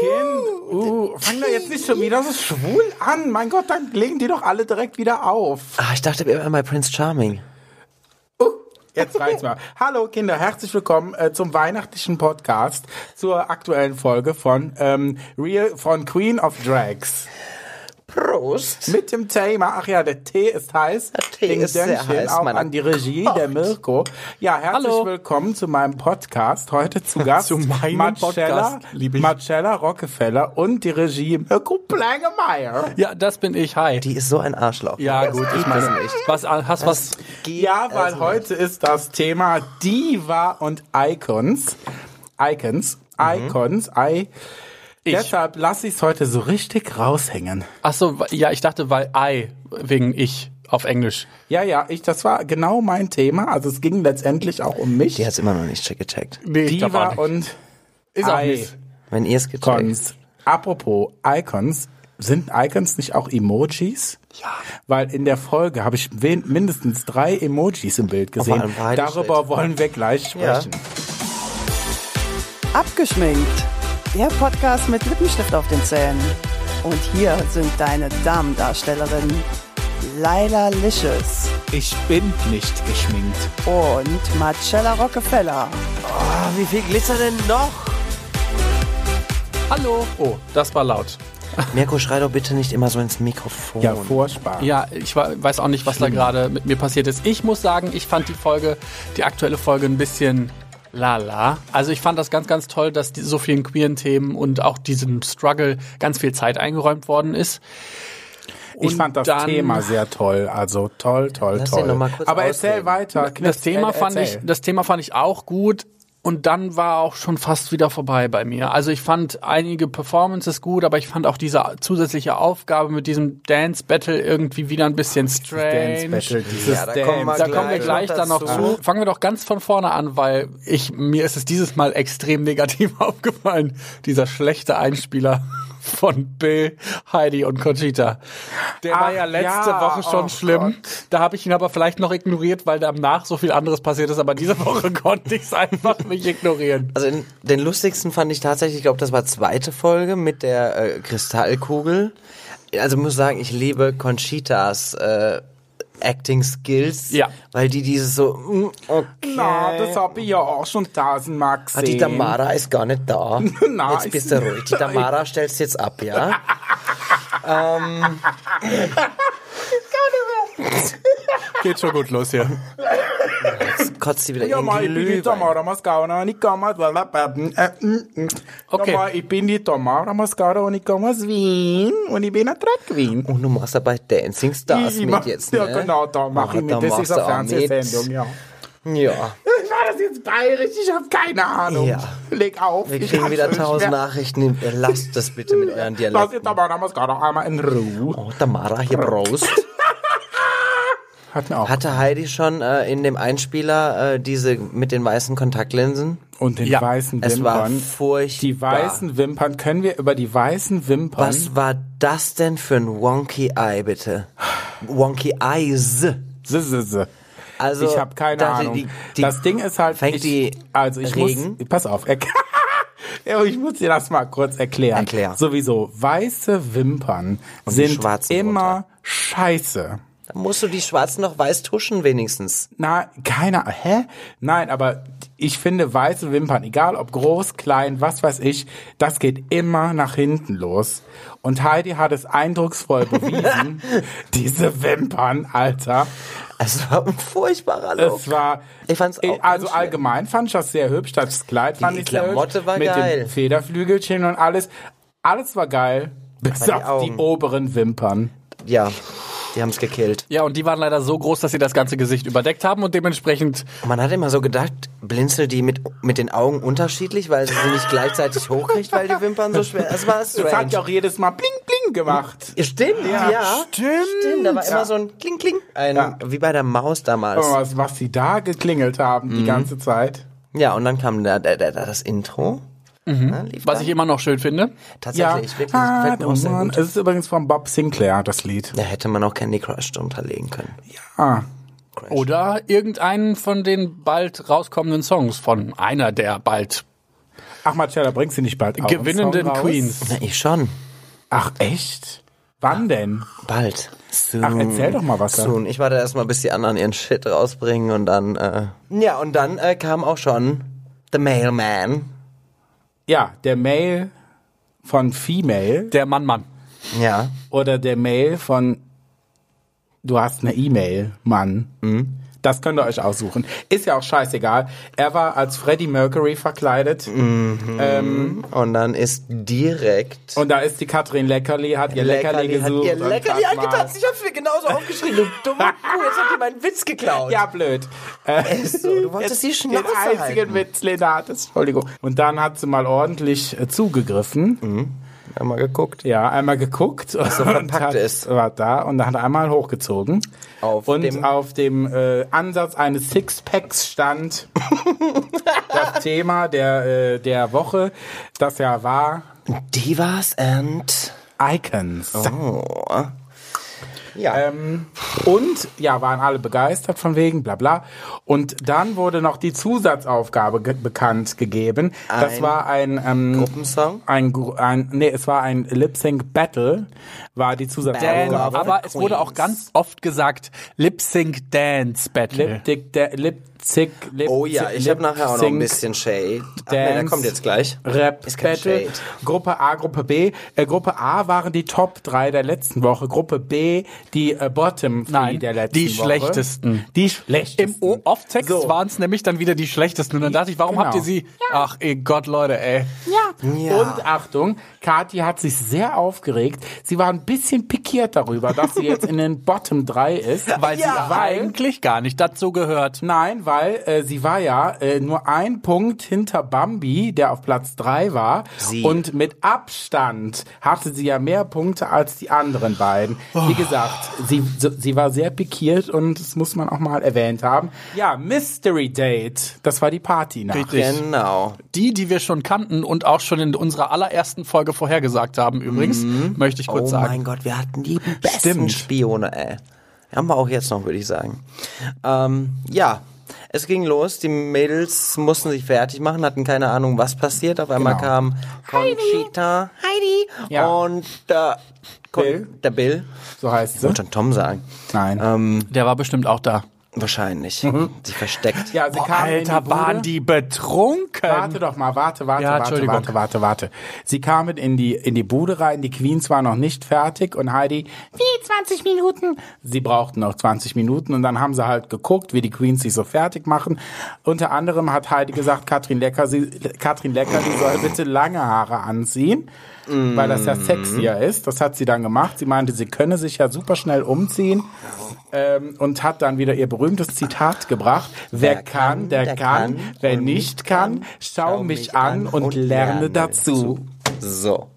Kind. Uh, fang da jetzt nicht schon wieder so schwul an. Mein Gott, dann legen die doch alle direkt wieder auf. Ah, ich dachte, wir wären bei Prince Charming. Jetzt reicht's mal. Hallo Kinder, herzlich willkommen äh, zum weihnachtlichen Podcast zur aktuellen Folge von ähm, Real von Queen of Drags Prost. mit dem Thema. Ach ja, der Tee ist heiß. Der Tee ist sehr heiß, auch meiner an die Regie der Mirko. Ja, herzlich Hallo. willkommen zu meinem Podcast. Heute zu Gast Zu meinem Marcella, Podcast, liebe ich. Marcella Rockefeller und die Regie Mirko Plangemeier. Ja, das bin ich. Hi. Die ist so ein Arschloch. ja, gut, ich meine, was ah, hast was Geht Ja, weil also heute ist das Thema Diva und Icons. Icons, Icons, I. Deshalb lasse ich es heute so richtig raushängen. Ach so, wa- ja, ich dachte, weil I wegen ich auf Englisch. Ja, ja, ich, das war genau mein Thema. Also es ging letzendlich auch um mich. Die hat's immer noch nicht gecheckt. Nee, Diva und ist auch Ei. nicht. Wenn ihr es gecheckt Icons. Apropos Icons, sind Icons nicht auch Emojis? Ja. Weil in der Folge habe ich wen, mindestens drei Emojis im Bild gesehen. einem Weiden Darüber steht. wollen wir gleich sprechen. Abgeschminkt. Der Podcast mit Lippenstift auf den Zähnen. Und hier sind deine Damendarstellerinnen Laila Licious Ich bin nicht geschminkt. und Marcella Rockefeller. Ah, wie viel Glitzer denn noch? Hallo. Oh, das war laut. Mirko, schrei doch bitte nicht immer so ins Mikrofon. Ja, furchtbar. Ja, ich wa- weiß auch nicht, was da gerade mit mir passiert ist. Ich muss sagen, ich fand die Folge, die aktuelle Folge ein bisschen lala. Also ich fand das ganz, ganz toll, dass die, so vielen queeren Themen und auch diesem Struggle ganz viel Zeit eingeräumt worden ist. Ich Und fand das dann- Thema sehr toll. Also toll, toll, Lass toll. den noch mal kurz Aber erzähl ausreden. weiter. Knips, Das Thema er- fand ich, äh, erzähl. das Thema fand ich auch gut. Und dann war auch schon fast wieder vorbei bei mir. Also ich fand einige Performances gut, aber ich fand auch diese zusätzliche Aufgabe mit diesem Dance Battle irgendwie wieder ein bisschen Dance strange. Battle, dieses Ja, da kommen wir Dance Da Battle. kommen wir gleich dann noch dazu. zu. Fangen wir doch ganz von vorne an, weil ich, mir ist es dieses Mal extrem negativ aufgefallen. Dieser schlechte Einspieler von Bill, Heidi und Conchita. Der Ach war ja letzte ja, Woche schon oh schlimm. Da habe ich ihn aber vielleicht noch ignoriert, weil danach so viel anderes passiert ist. Aber diese Woche konnte ich es einfach nicht ignorieren. Also den, den lustigsten fand ich tatsächlich, ich glaube, das war zweite Folge mit der äh, Kristallkugel. Also muss sagen, ich liebe Conchitas äh, Acting Skills, Ja. weil die dieses so, mm, okay, Na, Genau, das habe ich ja auch schon tausendmal gesehen. ah, die Tamara ist gar nicht da. Nice. Jetzt bist du ruhig. Die Tamara stellst jetzt ab, ja? Geht schon gut los hier. Kotzt sie wieder Ja, in mal, ich bin die den Glühwein. Tamara Mascara und ich kann mal... Okay. Okay. Ja, mal, ich bin die Tamara Mascara und ich komme aus Wien und ich bin eine Drag Queen. Und du machst aber Dancing Stars Ich mit mach- jetzt, ne? Ja, genau, da mache ich da mit. Das machst ist eine du auch mit. Fernsehsendung, ja. Ja, Ich war das jetzt bayerisch, ich habe keine Ahnung. Ja. Leg auf. wir ich kriegen kann's wieder nicht tausend mehr. Nachrichten. Lasst das bitte mit euren Lass jetzt Dialekten. aber damals gerade einmal in Ruhe. Oh, Tamara, hier Prost. Hat mir auch. Hatte Heidi schon äh, in dem Einspieler äh, diese mit den weißen Kontaktlinsen? Und den Ja, weißen es war Wimpern. furchtbar. Die weißen Wimpern, können wir über die weißen Wimpern. Was war das denn für ein Wonky Eye, bitte? Wonky Eyes. Was? Also, Ich habe keine da- die- Ahnung. Die, die, das Ding ist halt. fängt ich, die also ich Regen? muss. Pass auf. erk- Ja, ich muss dir das mal kurz erklären. Erklär. Sowieso, weiße Wimpern die sind schwarzen immer drunter. scheiße. da musst du die schwarzen noch weiß tuschen, wenigstens. Na, keiner. Hä? Nein, aber ich finde weiße Wimpern, egal ob groß, klein, was weiß ich, das geht immer nach hinten los. Und Heidi hat es eindrucksvoll bewiesen. Diese Wimpern, Alter. Es war ein furchtbarer Look. Es war. Ich fand's auch ganz Also schlimm. allgemein fand ich das sehr hübsch. Das Kleid fand ich sehr Klamotte hübsch. war Mit geil. den Federflügelchen und alles. Alles war geil. Bis die auf die Augen. oberen Wimpern. ja, die haben es gekillt. Ja, und die waren leider so groß, dass sie das ganze Gesicht überdeckt haben und dementsprechend Man hat immer so gedacht, blinzelt die mit, mit den Augen unterschiedlich, weil sie sie nicht gleichzeitig hochkriegt, weil die Wimpern so schwer. Es war strange. Das hat ja auch jedes Mal bling bling gemacht. Stimmt, ja. stimmt. Stimmt, da war Ja. immer so ein Kling, Kling. Ein, Ja. Wie bei der Maus damals. Oh, was, was sie da geklingelt haben Mhm. die ganze Zeit. Ja, und dann kam da, da, da, da das Intro. Mhm. Ja, lief was dann. ich immer noch schön finde. Tatsächlich, wirklich. Das gefällt mir auch sehr Ah, gut. Es ist übrigens von Bob Sinclair, das Lied. Da hätte man auch Candy Crush unterlegen können. Ah. Oder irgendeinen von den bald rauskommenden Songs von einer der bald Ach, Marcella, bringst du nicht bald auch einen gewinnenden Song raus? Queens. Na, ich schon. Ach, echt? Wann denn? Bald. Soon. Ach, erzähl doch mal was. da. Soon. Ich warte erstmal, bis die anderen ihren Shit rausbringen und dann. Äh, ja, und dann äh, kam auch schon The Mailman. Ja, der Mail von Female Der Mann, Mann. Ja. oder der Mail von Du hast eine E-Mail, Mann. Mhm. Das könnt ihr euch aussuchen. Ist ja auch scheißegal. Er war als Freddie Mercury verkleidet. Mhm. Ähm, Und dann ist direkt. und da ist die Katrin Leckerli, hat ihr Leckerli, gesucht. hat ihr und Leckerli zack, mal. angetanzt. Ich hab's mir genauso aufgeschrieben, du dumme Kuh. Jetzt habt ihr meinen Witz geklaut. Ja, blöd. so, du wolltest die Den Schnauze halt halten. einzigen Witz, Lena hat es. Entschuldigung. Und dann hat sie mal ordentlich äh, zugegriffen. Mhm. Hab mal geguckt. Ja, einmal geguckt und verpackt hat, ist. war da und hat einmal hochgezogen. Auf und dem- auf dem äh, Ansatz eines Sixpacks stand das Thema der, äh, der Woche, das ja war Divas and. Icons. Oh. Ja. Ähm, und ja, waren alle begeistert von wegen, bla bla. Und dann wurde noch die Zusatzaufgabe ge bekannt gegeben. das Ein war ein ähm, Gruppensong? Ein, Gru- ein, nee, es war ein Lip Sync Battle, war die Battle. Zusatzaufgabe. Love Aber the es wurde auch ganz oft gesagt, Lip Sync Dance Battle. Lip Dick, der Lip Zick, Lip Oh ja, ich habe nachher auch noch ein Sync bisschen Shade. Ach, nee, der Dance. kommt jetzt gleich. Rap Ist kein Battle. Shade. Gruppe A, Gruppe B. Äh, Gruppe A waren die Top 3 der letzten Woche. Gruppe B die äh, Bottom 3 Nein, der letzten die Woche. schlechtesten. Die Im schlechtesten. O- Off-Text So. waren es nämlich dann wieder die schlechtesten. Und dann dachte ich, warum Genau. habt ihr sie? Ach, ey Gott, Leute, ey. Ja. Und Achtung, Kathi hat sich sehr aufgeregt. Sie war ein bisschen pikiert darüber, dass sie jetzt in den Bottom 3 ist. Weil Ja. sie eigentlich gar nicht dazu gehört. Nein, weil äh, sie war ja äh, nur ein Punkt hinter Bambi, der auf Platz drei war. Sie. Und mit Abstand hatte sie ja mehr Punkte als die anderen beiden. Oh. Wie gesagt, sie, so, sie war sehr pikiert und das muss man auch mal erwähnt haben. Ja, Mystery Date, das war die Party nach. Genau. Die, die wir schon kannten und auch schon in unserer allerersten Folge vorhergesagt haben, übrigens, möchte ich kurz Oh sagen. mein Gott, wir hatten die besten Stimmt. Spione, ey. Haben wir auch jetzt noch, würde ich sagen. Ähm, ja, es ging los. Die Mädels mussten sich fertig machen, hatten keine Ahnung, was passiert. Auf einmal Genau. kam Conchita, Heidi, Ja. und der Con- Bill. der Bill. So heißt sie. Ich wollte schon Tom sagen. Nein. Der war bestimmt auch da. Wahrscheinlich. Sich versteckt. Mhm. ja, sie Boah, kam in die Alter, Bude. waren die betrunken. Warte doch mal, warte, warte, Ja, warte, Entschuldigung. warte, warte, warte. Sie kamen in die, in die Bude rein, die Queens waren noch nicht fertig und Heidi, wie 20 Minuten? Sie brauchten noch 20 Minuten und dann haben sie halt geguckt, wie die Queens sich so fertig machen. Unter anderem hat Heidi gesagt, Katrin Lecker, sie, Katrin Lecker, die soll bitte lange Haare anziehen, weil das ja sexier ist. Das hat sie dann gemacht. Sie meinte, sie könne sich ja super schnell umziehen. Ähm, und hat dann wieder ihr berühmtes Zitat gebracht. Wer kann, der, kann, Wer und nicht kann, schau mich an und lerne dazu. So.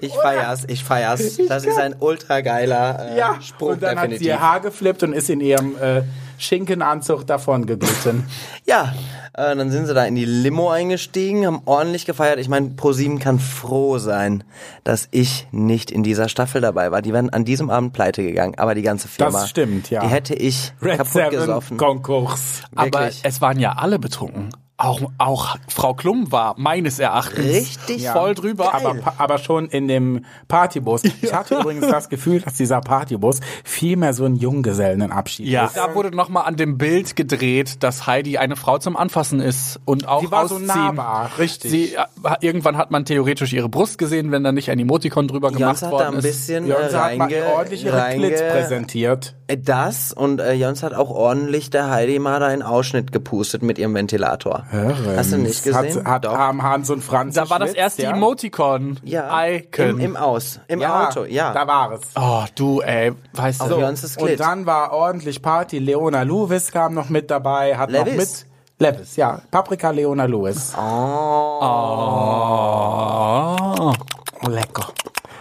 Ich feier's, ich feier's. Das ist ein ultra geiler äh, Ja, Spruch, und dann hat sie definitiv. ihr Haar geflippt und ist in ihrem äh, Schinkenanzug davon geglitten. Ja, äh, dann sind sie da in die Limo eingestiegen, haben ordentlich gefeiert. Ich meine, ProSieben kann froh sein, dass ich nicht in dieser Staffel dabei war. Die wären an diesem Abend pleite gegangen, aber die ganze Firma. Das stimmt, ja. Die hätte ich Red kaputt Seven gesoffen. Konkurs. Aber Wirklich. es waren ja alle betrunken. Auch, auch Frau Klum war meines Erachtens Richtig voll drüber. Aber, Aber pa- aber schon in dem Partybus. Ich hatte übrigens das Gefühl, dass dieser Partybus viel mehr so ein Junggesellenabschied ja, ist. da wurde nochmal an dem Bild gedreht, dass Heidi eine Frau zum Anfassen ist und auch Sie war so ausziehen. nahbar, richtig. Sie, äh, irgendwann hat man theoretisch ihre Brust gesehen, wenn da nicht ein Emoticon drüber Jons gemacht hat da worden ein ist. bisschen äh, Jörn hat mal reinge, ordentlich ihre Klitz reinge, präsentiert. Das und äh, Jons hat auch ordentlich der Heidi mal da einen Ausschnitt gepustet mit ihrem Ventilator. Hast du nicht gesehen? Ähm, Hat, hat Doch. haben Hans und Franz Da war das geschwitzt, erste Emoticon. ja, Icon. Im, im Aus, im Auto, ja. Da war es. oh, du, ey. Weißt Auf du, Jons ist Und Klit. dann war ordentlich Party. Leona Lewis kam noch mit dabei, hat noch Lewis? mit. Levis, ja. Paprika Leona Lewis. Oh, oh, lecker.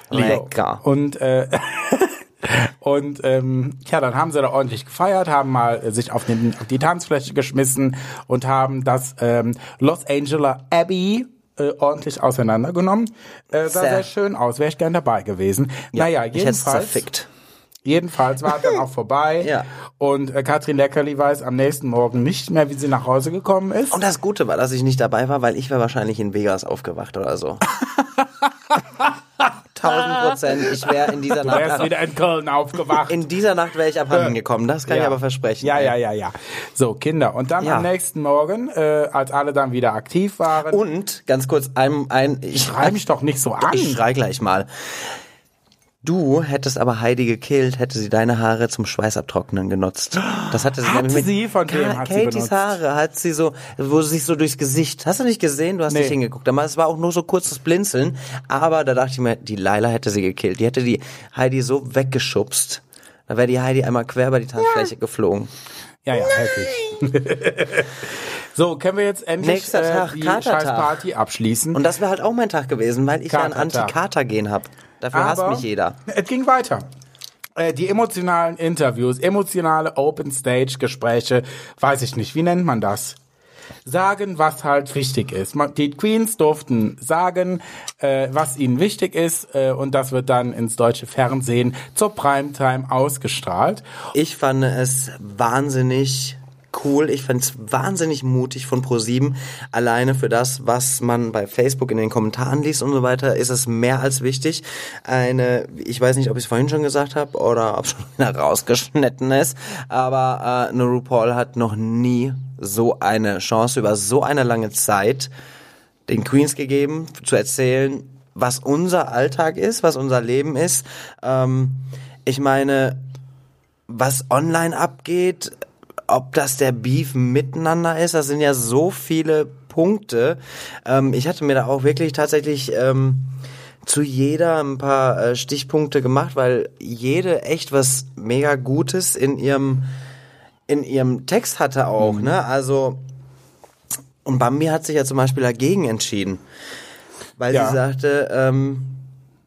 Lecker. Und, äh, und ähm, ja, dann haben sie da ordentlich gefeiert, haben mal äh, sich auf, den, auf die Tanzfläche geschmissen und haben das ähm, Los Angeles Abbey äh, ordentlich auseinandergenommen. Äh, sah Sehr. sehr schön aus, wäre ich gern dabei gewesen. naja, ich hätte es jedenfalls. zerfickt. Jedenfalls war es dann auch vorbei. Ja. Und äh, Katrin Leckerli weiß am nächsten Morgen nicht mehr, wie sie nach Hause gekommen ist. Und das Gute war, dass ich nicht dabei war, weil ich wäre wahrscheinlich in Vegas aufgewacht oder so. 1000 Prozent. Ich wäre in dieser er ist Nacht. wieder in Köln aufgewacht. In dieser Nacht wäre ich abhanden gekommen. Das kann ich aber versprechen. Ja, ja, ja, ja. So, Kinder. Und dann Ja. am nächsten Morgen, äh, als alle dann wieder aktiv waren, Und ganz kurz ein, ein ich, schrei mich doch nicht so an. ich schrei gleich mal. Du hättest aber Heidi gekillt, hätte sie deine Haare zum Schweißabtrocknen genutzt. Das hatte sie Hat nämlich mit sie? Von wem Ka- hat sie Katies benutzt? Haare hat sie so, wo sie sich so durchs Gesicht. Hast du nicht gesehen? Du hast Nee. nicht hingeguckt. Aber es war auch nur so kurzes Blinzeln. Aber da dachte ich mir, die Laila hätte sie gekillt. Die hätte die Heidi so weggeschubst. Da wäre die Heidi einmal quer über die Tanzfläche geflogen. Ja, ja, hätte ich. so, können wir jetzt endlich Nächster äh, Tag, die Katertag. Scheißparty abschließen. Und das wäre halt auch mein Tag gewesen, weil ich ja ein Katertag. Antikater-Gen hab. Dafür hasst Aber mich jeder. Es ging weiter. Äh, Die emotionalen Interviews, emotionale Open Stage Gespräche, weiß ich nicht, wie nennt man das? Sagen, was halt wichtig ist. Man- Die Queens durften sagen, äh, was ihnen wichtig ist, äh, und das wird dann ins deutsche Fernsehen zur Primetime ausgestrahlt. Ich fand es wahnsinnig cool. Ich fand es wahnsinnig mutig von ProSieben. Alleine für das, was man bei Facebook in den Kommentaren liest und so weiter, ist es mehr als wichtig. Eine, ich weiß nicht, ob ich es vorhin schon gesagt habe oder ob es schon wieder rausgeschnitten ist, aber äh, eine RuPaul hat noch nie so eine Chance über so eine lange Zeit den Queens gegeben, zu erzählen, was unser Alltag ist, was unser Leben ist. Ähm, ich meine, was online abgeht, ob das der Beef miteinander ist, das sind ja so viele Punkte. Ähm, ich hatte mir da auch wirklich tatsächlich ähm, zu jeder ein paar äh, Stichpunkte gemacht, weil jede echt was mega Gutes in ihrem in ihrem Text hatte auch, ne? Also und Bambi hat sich ja zum Beispiel dagegen entschieden, weil Ja. sie sagte, ähm,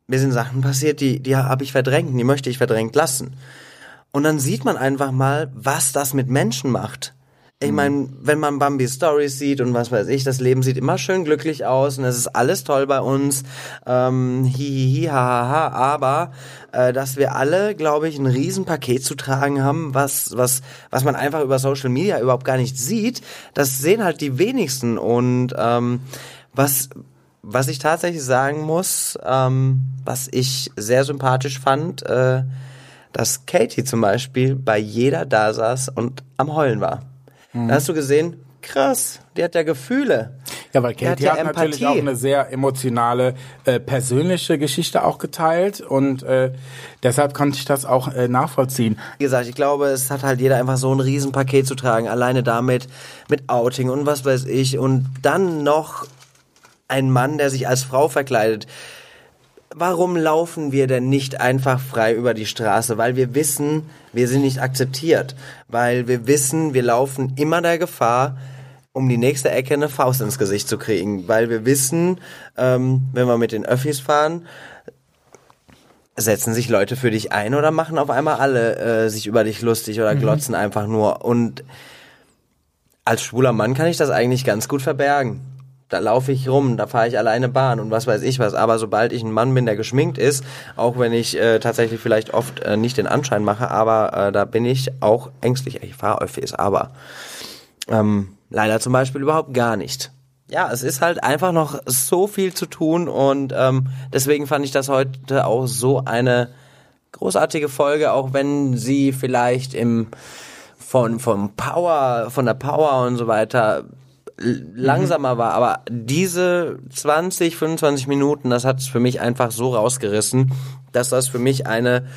mir sind Sachen passiert, die die habe ich verdrängt, die möchte ich verdrängt lassen. Und dann sieht man einfach mal, was das mit Menschen macht. Ich meine, wenn man Bambi Stories sieht und was weiß ich, das Leben sieht immer schön glücklich aus und es ist alles toll bei uns. Ähm, hihihi, hahaha, aber äh, dass wir alle, glaube ich, ein Riesenpaket zu tragen haben, was, was, was man einfach über Social Media überhaupt gar nicht sieht, das sehen halt die wenigsten. Und ähm, was, was ich tatsächlich sagen muss, ähm, was ich sehr sympathisch fand, äh, dass Katie zum Beispiel bei jeder da saß und am Heulen war. Da hast du gesehen, krass, die hat ja Gefühle. Ja, weil Die hat Katie ja hat, natürlich auch Empathie. eine sehr emotionale, äh, persönliche Geschichte auch geteilt und äh, deshalb konnte ich das auch äh, nachvollziehen. Wie gesagt, ich glaube, es hat halt jeder einfach so ein Riesenpaket zu tragen, alleine damit, mit Outing und was weiß ich. Und dann noch ein Mann, der sich als Frau verkleidet. Warum laufen wir denn nicht einfach frei über die Straße? Weil wir wissen, wir sind nicht akzeptiert. Weil wir wissen, wir laufen immer der Gefahr, um die nächste Ecke eine Faust ins Gesicht zu kriegen. Weil wir wissen, ähm, wenn wir mit den Öffis fahren, setzen sich Leute für dich ein oder machen auf einmal alle äh, sich über dich lustig oder glotzen einfach nur. Und als schwuler Mann kann ich das eigentlich ganz gut verbergen. Da laufe ich rum, da fahre ich alleine Bahn und was weiß ich was. Aber sobald ich ein Mann bin, der geschminkt ist, auch wenn ich äh, tatsächlich vielleicht oft äh, nicht den Anschein mache, aber äh, da bin ich auch ängstlich. Ich fahre Öffis, aber ähm, leider zum Beispiel überhaupt gar nicht. Ja, es ist halt einfach noch so viel zu tun und ähm, deswegen fand ich das heute auch so eine großartige Folge, auch wenn sie vielleicht im von vom Power, von der Power und so weiter l- langsamer war, aber diese 20, 25 Minuten, das hat es für mich einfach so rausgerissen, dass das für mich eine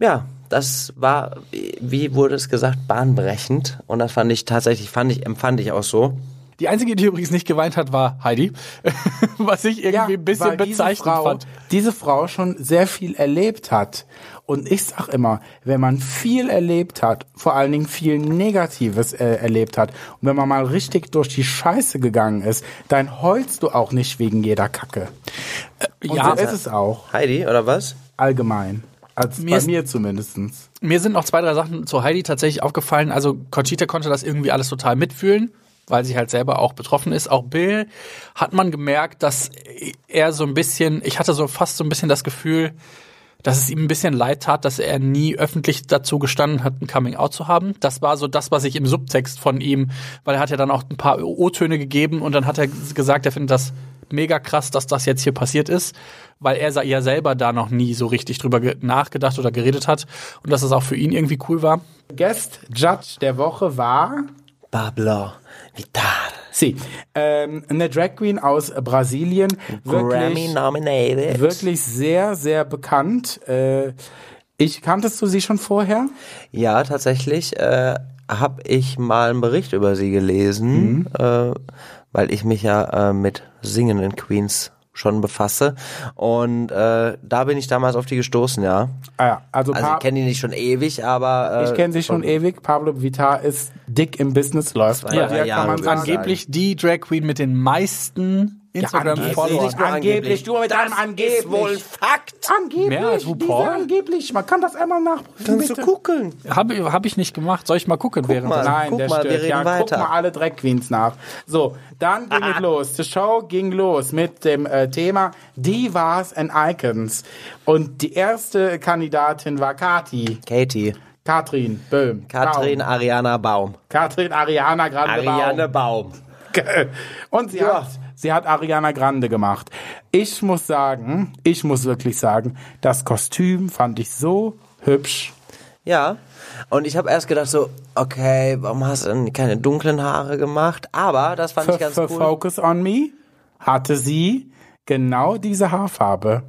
ja, das war, wie- wie wurde es gesagt, bahnbrechend. Und das fand ich tatsächlich, fand ich, empfand ich auch so. Die einzige, die übrigens nicht geweint hat, war Heidi. Was ich irgendwie ein bisschen weil diese bezeichnend Frau, fand. Diese Frau schon sehr viel erlebt hat. Und ich sag immer, wenn man viel erlebt hat, vor allen Dingen viel Negatives äh, erlebt hat, und wenn man mal richtig durch die Scheiße gegangen ist, dann heulst du auch nicht wegen jeder Kacke. Äh, Und ja. so ist es auch, Heidi, oder was? allgemein. Als Mir bei ist- mir zumindestens. Mir sind noch zwei, drei Sachen zu Heidi tatsächlich aufgefallen. Also Conchita konnte das irgendwie alles total mitfühlen, weil sie halt selber auch betroffen ist. Auch Bill hat man gemerkt, dass er so ein bisschen, ich hatte so fast so ein bisschen das Gefühl, dass es ihm ein bisschen leid tat, dass er nie öffentlich dazu gestanden hat, ein Coming-out zu haben. Das war so das, was ich im Subtext von ihm, weil er hat ja dann auch ein paar O-Töne gegeben und dann hat er gesagt, er findet das mega krass, dass das jetzt hier passiert ist, weil er sa- ja selber da noch nie so richtig drüber ge- nachgedacht oder geredet hat und dass es auch für ihn irgendwie cool war. Guest Judge der Woche war Pablo Vital. sie, ähm, eine Drag Queen aus Brasilien, Grammy wirklich, nominated. wirklich sehr, sehr bekannt. Äh, ich kanntest du sie schon vorher? Ja, tatsächlich äh, habe ich mal einen Bericht über sie Mhm. gelesen, äh, weil ich mich ja äh, mit singenden Queens schon befasse. Und äh, da bin ich damals auf die gestoßen, ja. Ah, ja, also, Also Pa- ich kenne die nicht schon ewig, aber äh, ich kenne sie schon ewig. Pablo Vitar ist dick im Business, läuft. Zwei, drei Ja, Jahre, kann man würde ich sagen. sagen. Angeblich die Drag Queen mit den meisten Instagram-Followern. nicht nur angeblich. du mit einem angeblich. ist wohl ein Fakt. Angeblich, Mehr als RuPaul? diese angeblich. Man kann das einmal nachprüfen. Kannst du gucken? Habe hab ich nicht gemacht. Soll ich mal gucken? während mal. das- Nein, Guck der mal, stört. wir reden ja, weiter. Ah. Guck mal alle Drag Queens nach. So, dann ging es los. Die Show ging los mit dem äh, Thema Divas and Icons. Und die erste Kandidatin war Kati. Katie. Katrin Böhm. Katrin Baum. Ariana Baum. Katrin Ariana Grande Ariane Baum. Baum. Und sie, Ja. hat, sie hat Ariana Grande gemacht. Ich muss sagen, ich muss wirklich sagen, das Kostüm fand ich so hübsch. Ja. Und ich habe erst gedacht so, okay, warum hast du denn keine dunklen Haare gemacht? Aber das fand Für, ich ganz für cool. Focus on Me hatte sie genau diese Haarfarbe.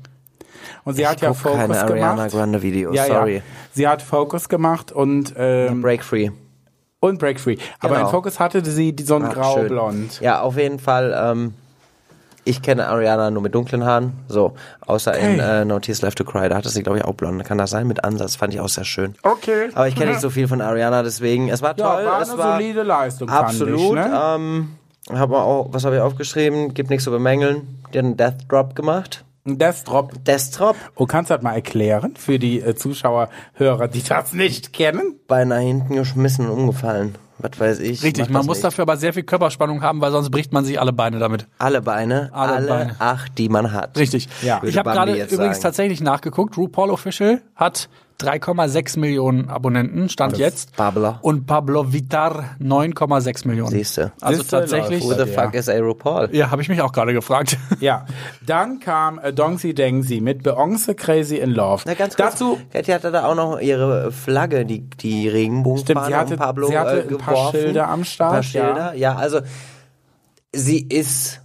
Und sie hat ja guck Oh, keine Focus Ariana gemacht. Grande Videos, ja, Ja. sorry. Sie hat Focus gemacht und, ähm, Break Free. und Break Free. Aber Genau. in Focus hatte sie die so ein Ach, grau-blond. schön. Ja, auf jeden Fall. Ähm, ich kenne Ariana nur mit dunklen Haaren. So, außer in Okay. äh, No Tears Left to Cry. Da hatte sie, glaube ich, auch blonde. Kann das sein? Mit Ansatz. Fand ich auch sehr schön. Okay. Aber ich kenne nicht so viel von Ariana, deswegen. Es war Ja, toll. war es eine war solide Leistung, Absolut. fand ich. Ne? ähm, hab mal auch, was habe ich aufgeschrieben? Gibt nichts zu bemängeln. Die hat einen Death Drop gemacht. Ein Death Drop. Death Drop Oh, kannst du das mal erklären für die äh, Zuschauer, Hörer, die das nicht kennen? bei nach hinten geschmissen und umgefallen. Was weiß ich. Richtig, Mach man das muss nicht. dafür aber sehr viel Körperspannung haben, weil sonst bricht man sich alle Beine damit. alle Beine, Alle alle, Beine. acht, die man hat. Richtig. Ja. Ich habe Würde gerade Bambi jetzt übrigens sagen. tatsächlich nachgeguckt. RuPaul Official hat 3,6 Millionen Abonnenten, Stand jetzt. Babbler. Und Pablo Vitar 9,6 Millionen. Siehste. Also Siehste, tatsächlich. Who läuft. the fuck is Aeropol? Ja, habe ich mich auch gerade gefragt. Ja, dann kam äh, Dongsi Dengsi mit Beyoncé Crazy in Love. Na, ganz kurz, Dazu Katja hatte da auch noch ihre Flagge, die, die Regenbogenfahne Stimmt, sie hatte- um Pablo sie hatte äh, ein geworfen. paar Schilder am Start, Ein paar Schilder, ja. also sie ist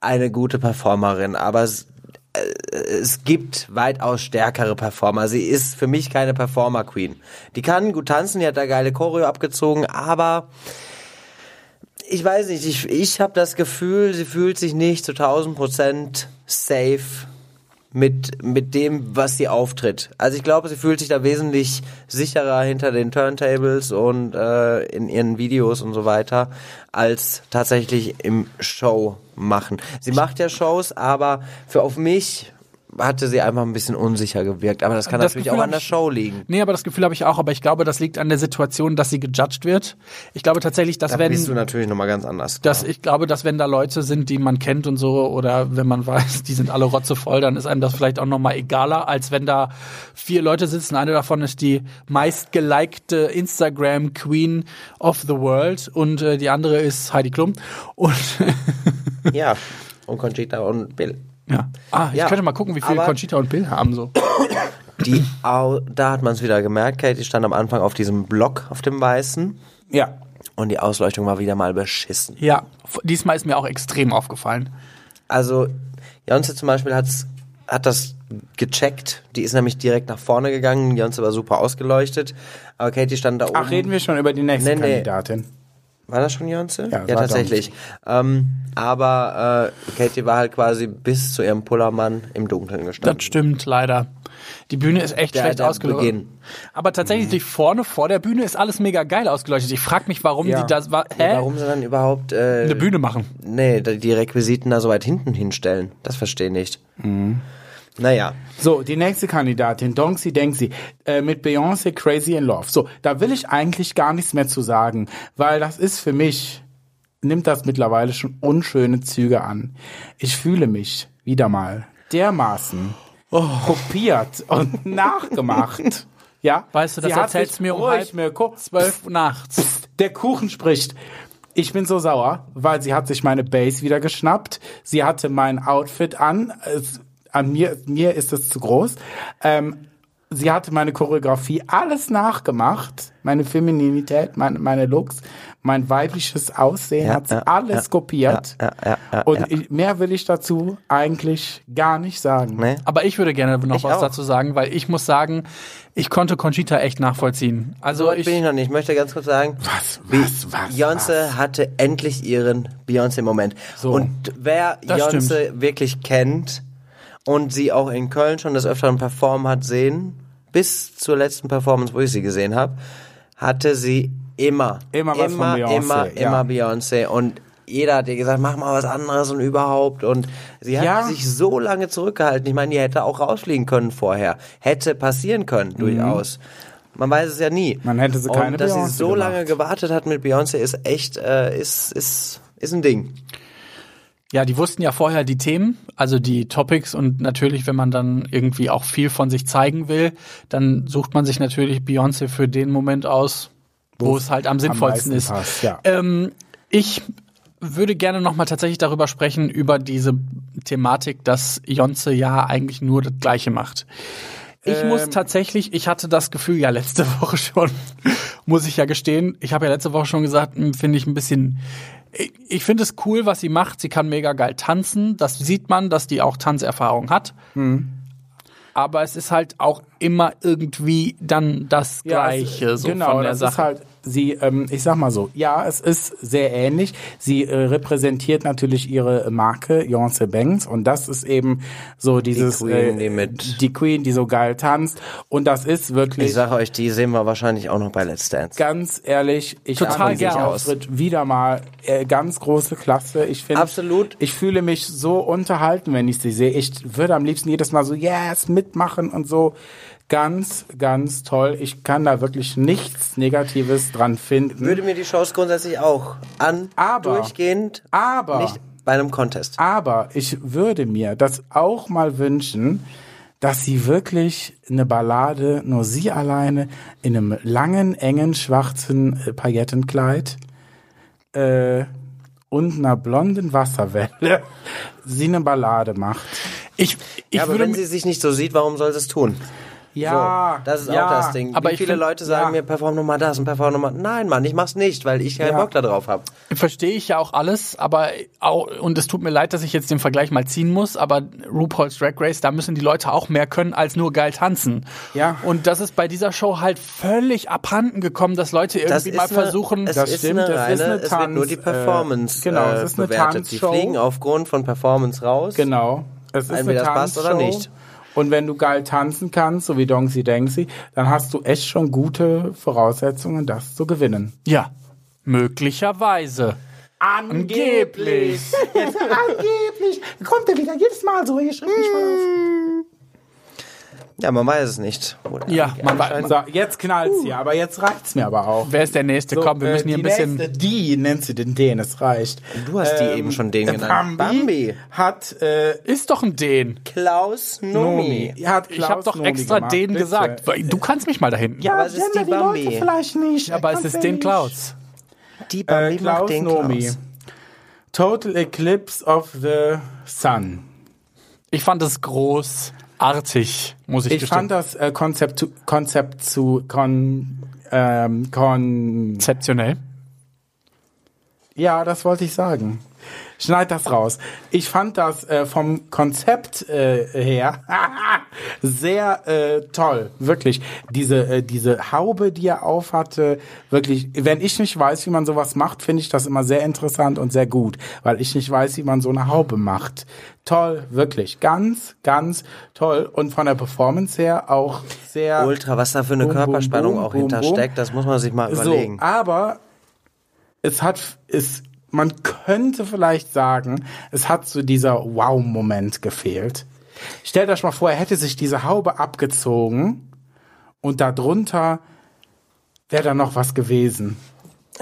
eine gute Performerin, aber es, äh, es gibt weitaus stärkere Performer. Sie ist für mich keine Performer-Queen. Die kann gut tanzen, die hat da geile Choreo abgezogen, aber ich weiß nicht, ich, ich habe das Gefühl, sie fühlt sich nicht zu 1000 Prozent safe mit, mit dem, was sie auftritt. Also ich glaube, sie fühlt sich da wesentlich sicherer hinter den Turntables und äh, in ihren Videos und so weiter, als tatsächlich im Show machen. Sie macht ja Shows, aber für auf mich hatte sie einfach ein bisschen unsicher gewirkt. Aber das kann Das natürlich Gefühl auch an hab der ich- Show liegen. nee, aber das Gefühl habe ich auch. Aber ich glaube, das liegt an der Situation, dass sie gejudged wird. Ich glaube tatsächlich, dass Da wenn... bist du natürlich nochmal ganz anders. dass ich glaube, dass wenn da Leute sind, die man kennt und so, oder wenn man weiß, die sind alle rotzevoll, dann ist einem das vielleicht auch nochmal egaler, als wenn da vier Leute sitzen. Eine davon ist die meistgelikte Instagram Queen of the World und äh, die andere ist Heidi Klum. Und ja, und Conchita und Bill. ja. Ah, ich Ja, könnte mal gucken, wie viel aber- Conchita und Bill haben so. Die, Au- da hat man es wieder gemerkt, Katie stand am Anfang auf diesem Block, auf dem Weißen. ja, Und die Ausleuchtung war wieder mal beschissen. Ja, f- diesmal ist mir auch extrem aufgefallen. Also, Jonze zum Beispiel hat's, hat das gecheckt. Die ist nämlich direkt nach vorne gegangen. Jonze war super ausgeleuchtet. Aber Katie stand da oben. ach, reden wir schon über die nächste Nee, nee. Kandidatin. War das schon Jonze? Ja, war tatsächlich. Ähm, aber äh, Katie war halt quasi bis zu ihrem Pullermann im Dunkeln gestanden. Das stimmt leider. Die Bühne ist echt Der- schlecht der ausgeleuchtet. Beginn. Mhm. Aber tatsächlich vorne vor der Bühne ist alles mega geil ausgeleuchtet. Ich frag mich, warum Ja. die das war. Hä? Warum sie dann überhaupt äh, eine Bühne machen? nee, die die Requisiten da so weit hinten hinstellen? Das verstehe ich nicht. Mhm. Naja. So, die nächste Kandidatin, Dongsi Dengsi, äh, mit Beyoncé Crazy in Love. So, da will ich eigentlich gar nichts mehr zu sagen, weil das ist für mich, nimmt das mittlerweile schon unschöne Züge an. Ich fühle mich wieder mal dermaßen kopiert und nachgemacht. Ja? Weißt du, das Sie hat erzählt's sich mir um ruhig halb mir guckt, Zwölf nachts. der Kuchen spricht. Ich bin so sauer, weil sie hat sich meine Base wieder geschnappt. Sie hatte mein Outfit an. Es, an mir, mir ist es zu groß. Ähm, sie hatte meine Choreografie alles nachgemacht. Meine Femininität, mein, meine Looks, mein weibliches Aussehen Ja, hat sie ja, alles kopiert. ja, ja, ja, Und ja. Ich, mehr will ich dazu eigentlich gar nicht sagen. Nee. Aber ich würde gerne noch Ich was auch. dazu sagen, weil ich muss sagen, ich konnte Conchita echt nachvollziehen. Also So ich ich, bin ich noch nicht. Ich möchte ganz kurz sagen, Was, was, was? Beyoncé hatte endlich ihren Beyoncé-Moment. Und wer Das Beyoncé wirklich kennt und sie auch in Köln schon des Öfteren performen hat sehen, bis zur letzten Performance, wo ich sie gesehen habe, hatte sie immer, Immer was von immer, Beyoncé, immer, ja. immer Beyoncé. Und jeder hat ihr gesagt, mach mal was anderes und überhaupt. Und sie hat Ja. sich so lange zurückgehalten. Ich meine, die hätte auch rausfliegen können vorher. Hätte passieren können, Mhm. durchaus. Man weiß es ja nie. Man hätte sie keine Und dass sie Beyoncé so gemacht. lange gewartet hat mit Beyoncé ist echt, äh, ist, ist, ist ein Ding. ja, die wussten ja vorher die Themen, also die Topics und natürlich, wenn man dann irgendwie auch viel von sich zeigen will, dann sucht man sich natürlich Beyoncé für den Moment aus, wo es halt am sinnvollsten meisten ist. passt, ja. Ähm, ich würde gerne nochmal tatsächlich darüber sprechen, über diese Thematik, dass Jonze ja eigentlich nur das Gleiche macht. Ich muss Ähm. tatsächlich, ich hatte das Gefühl ja letzte Woche schon, muss ich ja gestehen, ich habe ja letzte Woche schon gesagt, hm, finde ich ein bisschen, ich, ich finde es cool, was sie macht, sie kann mega geil tanzen, das sieht man, dass die auch Tanzerfahrung hat. Hm. Aber es ist halt auch immer irgendwie dann das Gleiche, es- so genau, von der das Sache. ist halt sie, ähm, ich sag mal so, ja, es ist sehr ähnlich. Sie äh, repräsentiert natürlich ihre Marke Beyoncé Banks und das ist eben so dieses äh, Queen, die mit- die Queen, die so geil tanzt und das ist Ich wirklich sage euch, die sehen wir wahrscheinlich auch noch bei Let's Dance. ganz ehrlich, ich Total fand diesen gern. Auftritt wieder mal äh, ganz große Klasse. Ich finde Absolut. Ich fühle mich so unterhalten, wenn ich sie sehe. Ich würde am liebsten jedes Mal so yes mitmachen und so. Ganz, ganz toll. Ich kann da wirklich nichts Negatives dran finden. Würde mir die Shows grundsätzlich auch an, Aber- durchgehend, aber- nicht bei einem Contest. Aber ich würde mir das auch mal wünschen, dass sie wirklich eine Ballade, nur sie alleine, in einem langen, engen, schwarzen äh, Paillettenkleid äh, und einer blonden Wasserwelle sie eine Ballade macht. Ich, ich Ja, aber würde wenn sie sich nicht so sieht, warum soll sie es tun? so, das ist ja. auch das Ding. Aber Wie ich viele find- Leute sagen ja. mir, perform nochmal das und perform nochmal. Nein, Mann, ich mach's nicht, weil ich keinen Ja. Bock da drauf habe. Verstehe ich ja auch alles, aber auch, und es tut mir leid, dass ich jetzt den Vergleich mal ziehen muss, aber RuPaul's Drag Race, da müssen die Leute auch mehr können als nur geil tanzen. Ja. Und das ist bei dieser Show halt völlig abhanden gekommen, dass Leute Das irgendwie ist mal eine- versuchen, Es das ist stimmt, eine es reine, ist eine es wird nur Tanz- die Performance äh, genau, äh, es ist eine bewertet. Die Tanzshow. fliegen aufgrund von Performance raus. Genau. Es ist Entweder eine das passt Tanzshow. oder nicht. Und wenn du geil tanzen kannst, so wie Donksy Danksy, dann hast du echt schon gute Voraussetzungen, das zu gewinnen. ja, möglicherweise. Angeblich. Jetzt angeblich. Kommt er wieder jedes Mal so, ihr schreibt mich mal Ja, man weiß es nicht. Oder Ja, man weiß. auf. Mm. So, jetzt knallt's hier, aber jetzt reicht's mir aber auch. Wer ist der Nächste? So, Komm, wir äh, müssen hier die ein bisschen. Nächste, die nennt sie den den, es reicht. Du hast die eben schon den genannt. Ähm, Bambi, Bambi. hat äh, Ist doch ein Den. Klaus Nomi. Nomi. Hat Ich habe Klaus doch Nomi extra gemacht, den bitte. gesagt. Du kannst mich mal da hinten. Ja, Aber aber es ist die, die Bambi. Leute vielleicht nicht. aber es Kannst ist ja den nicht. Klaus. Die Bambi Äh, Klaus macht den Nomi. Klaus. Total Eclipse of the Sun. Ich fand es großartig, muss ich, Ich gestehen. fand das äh, Konzept zu, Konzept zu kon, ähm, kon, Exzeptionell. Ja, das wollte ich sagen. Schneid das raus. Ich fand das äh, vom Konzept äh, her sehr äh, toll. Wirklich. Diese, äh, diese Haube, die er aufhatte, wirklich, wenn ich nicht weiß, wie man sowas macht, finde ich das immer sehr interessant und sehr gut, weil ich nicht weiß, wie man so eine Haube macht. Toll, wirklich. Ganz, ganz toll. Und von der Performance her auch sehr. Ultra, was da für eine Boom, boom, Körperspannung boom, auch boom, hintersteckt, das muss man sich mal überlegen. So, aber es hat, es, man könnte vielleicht sagen, es hat so dieser Wow-Moment gefehlt. Stellt euch mal vor, er hätte sich diese Haube abgezogen und darunter wäre da noch was gewesen.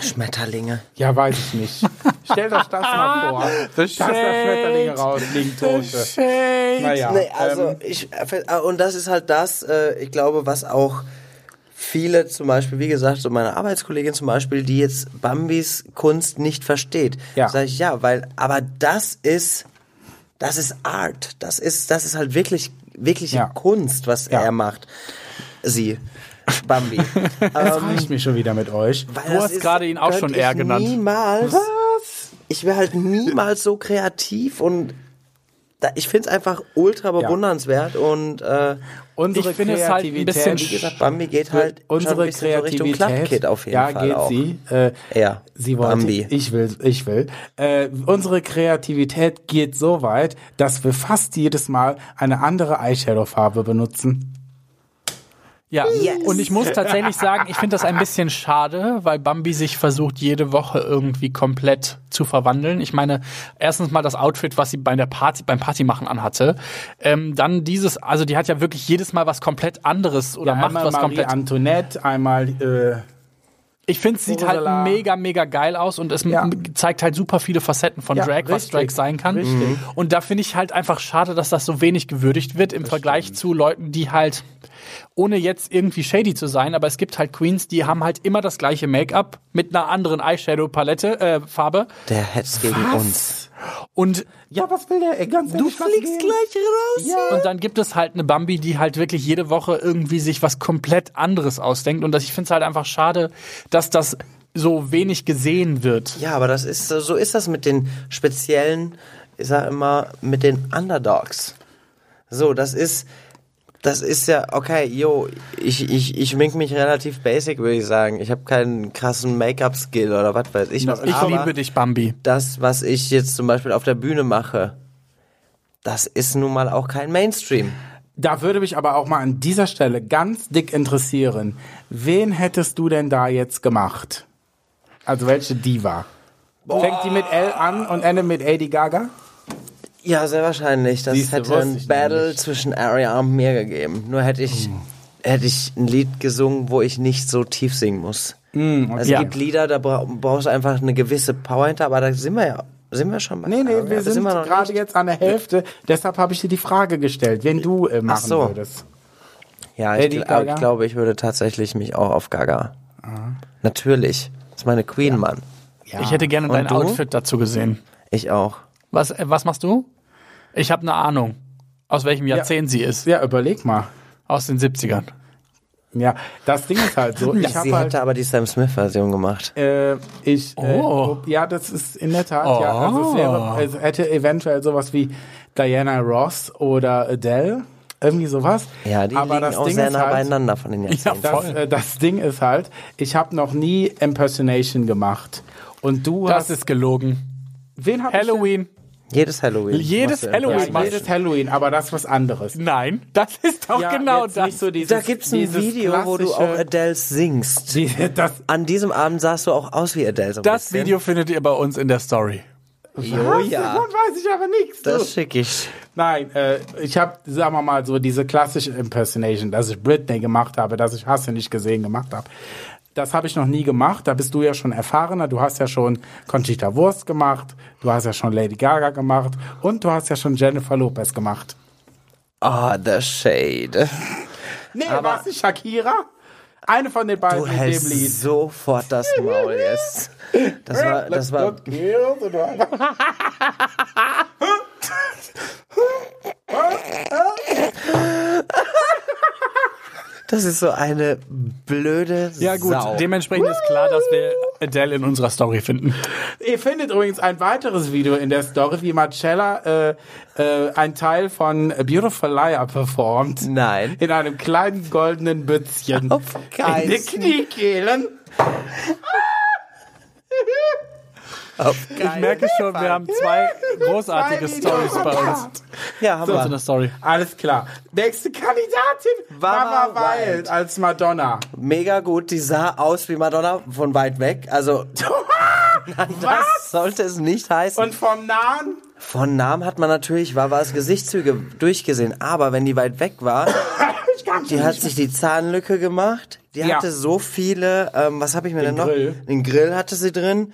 Schmetterlinge. Ja, weiß ich nicht. Stellt euch das mal vor. Das dass da Schmetterlinge rausliegen, Tote. Naja. Nee, Ähm, also ich äh, und das ist halt das, äh, ich glaube, was auch viele zum Beispiel, wie gesagt, so meine Arbeitskollegin zum Beispiel, die jetzt Bambis Kunst nicht versteht. Ja. Ja. Sag ich ja, weil aber das ist das ist Art, das ist das ist halt wirklich wirkliche Ja. Kunst, was Ja. er macht. Sie Bambi. ähm, das reicht mir schon wieder mit euch. Weil Du das hast ist- gerade ihn auch könnt schon ich er genannt. Niemals. Ich wäre halt niemals so kreativ und da, ich finde es einfach ultra bewundernswert und äh, Unsere Ich finde es halt ein bisschen Kreativität- wie gesagt, Bambi geht halt Äh, schon ein unsere bisschen so Richtung Club Kreativität. Kid auf jeden ja, Fall geht auch. sie. Äh, Ja, Sie wollte, Bambi. ich will, ich will. Äh, unsere Kreativität geht so weit, dass wir fast jedes Mal eine andere Eyeshadow-Farbe benutzen. Ja, Yes. und ich muss tatsächlich sagen, ich finde das ein bisschen schade, weil Bambi sich versucht, jede Woche irgendwie komplett zu verwandeln. Ich meine, erstens mal das Outfit, was sie bei der Party, beim Partymachen anhatte. Ähm, dann dieses, also die hat ja wirklich jedes Mal was komplett anderes oder macht einmal was Marie komplett. Antoinette, einmal äh, Ich finde, es sieht halt Ursula. mega, mega geil aus und es m- Ja. zeigt halt super viele Facetten von Ja, Drag, was richtig. Drag sein kann. Richtig. Und da finde ich halt einfach schade, dass das so wenig gewürdigt wird im Vergleich zu Leuten, die halt, ohne jetzt irgendwie shady zu sein, aber es gibt halt Queens, die haben halt immer das gleiche Make-up mit einer anderen Eyeshadow-Palette, äh, Farbe. Der hetzt gegen uns. Und Ja, was will der? Ey, Ganz du fliegst gleich raus. Und dann gibt es halt eine Bambi, die halt wirklich jede Woche irgendwie sich was komplett anderes ausdenkt. Und das, ich finde es halt einfach schade, dass das so wenig gesehen wird. Ja, aber das ist so so ist das mit den speziellen, ich sag immer, mit den Underdogs. So, das ist das ist ja okay, yo, ich ich ich schmink mich relativ basic, würde ich sagen. Ich habe keinen krassen Make-up Skill oder was weiß ich was, Ich aber liebe dich, Bambi. das, was ich jetzt zum Beispiel auf der Bühne mache, das ist nun mal auch kein Mainstream. Da würde mich aber auch mal an dieser Stelle ganz dick interessieren. Wen hättest du denn da jetzt gemacht? Also welche Diva? Fängt die mit L an und endet mit Lady Gaga? Ja, sehr wahrscheinlich. Das Siehste, hätte wusste ein ich Battle nämlich. zwischen Aria und mir gegeben. Nur hätte ich, hätte ich ein Lied gesungen, wo ich nicht so tief singen muss. Mm, Also Ja. es gibt Lieder, da bra brauchst du einfach eine gewisse Power hinter, aber da sind wir ja, sind wir schon bei Nee, nee, Aria? wir Da sind wir noch gerade nicht. jetzt an der Hälfte. Deshalb habe ich dir die Frage gestellt, wen du äh, machen so. würdest. Ja, ich, Lady gl aber Gaga? ich glaube, ich würde tatsächlich mich auch auf Gaga. Natürlich. Das ist meine Queen, Mann. Ich hätte gerne Und dein du? Outfit dazu gesehen. Ich auch. Was, äh, was machst du? Ich habe eine Ahnung, aus welchem Jahrzehnt sie ist. Ja, überleg mal. Aus den 70ern. Ja, das Ding ist halt so. Ich Sie habe halt, hätte aber die Sam Smith-Version gemacht. äh, ich, Oh. äh, ja, das ist in der Tat, ja. Also es, Oh. wäre, es hätte eventuell sowas wie Diana Ross oder Adele, irgendwie sowas. Ja, die aber liegen das auch Ding sehr ist nah halt, beieinander von den Jahrzehnten. das, äh, das Ding ist halt, ich habe noch nie Impersonation gemacht. Und du Das hast, ist gelogen. wen hab Halloween. Jedes Halloween. Jedes Machst du ich Halloween denn? Ja, machst du. jedes Halloween, aber das ist was anderes. Nein, das ist doch Ja, genau jetzt das. Nicht so dieses, Da gibt's ein dieses Video, wo du auch klassische- Adele singst. die, das, An diesem Abend sahst du auch aus wie Adele. So ein das bisschen. Video findet ihr bei uns in der Story. Jo, Oh ja. Davon weiß ich aber nichts. du. Das schick ich. Nein, äh, ich habe, sagen wir mal, so diese klassische Impersonation, dass ich Britney gemacht habe, dass ich Hasse nicht gesehen gemacht habe. Das habe ich noch nie gemacht. Da bist du ja schon erfahrener. Du hast ja schon Conchita Wurst gemacht. Du hast ja schon Lady Gaga gemacht. Und du hast ja schon Jennifer Lopez gemacht. Ah, the shade. Nee, warst du Shakira? Eine von den beiden Du in dem Lied. hältst sofort das Maul jetzt. Das war, das war, Not killed, oder? das ist so eine blöde Ja gut, Sau. dementsprechend ist klar, dass wir Adele in unserer Story finden. Ihr findet übrigens ein weiteres Video in der Story, wie Marcella äh, äh, ein Teil von A Beautiful Liar performt. Nein. In einem kleinen goldenen Bützchen. Auf keinen. In den Kniekehlen. Ich merke schon, wir haben zwei großartige Zwei Stories bei uns Ja, bei uns haben in der wir. Story. Alles klar. Nächste Kandidatin, Mama Mama Wild. Wild. als Madonna. Mega gut. Die sah aus wie Madonna von weit weg. Also, das sollte es nicht heißen. Und vom Nahen? Von Namen hat man natürlich Wawas Gesichtszüge durchgesehen, aber wenn die weit weg war, ich gar nicht. Die hat sich die Zahnlücke gemacht. Die Ja. hatte so viele, ähm, was habe ich mir denn noch? Grill. Den Grill hatte sie drin.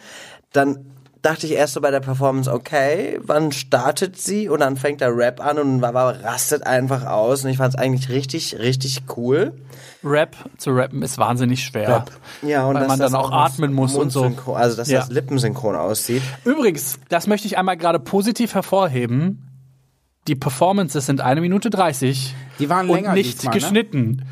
Dann dachte ich erst so bei der Performance, okay, wann startet sie? Und dann fängt der Rap an und Wawa rastet einfach aus. Und ich fand es eigentlich richtig, richtig cool. Rap zu rappen ist wahnsinnig schwer. Rap. Ja, und weil dass man dann das auch atmen muss und so. mundsynchron- Also, dass Ja. das lippensynchron aussieht. Übrigens, das möchte ich einmal gerade positiv hervorheben. Die Performances sind eine Minute 30 Die waren und länger nicht diesmal, ne? geschnitten.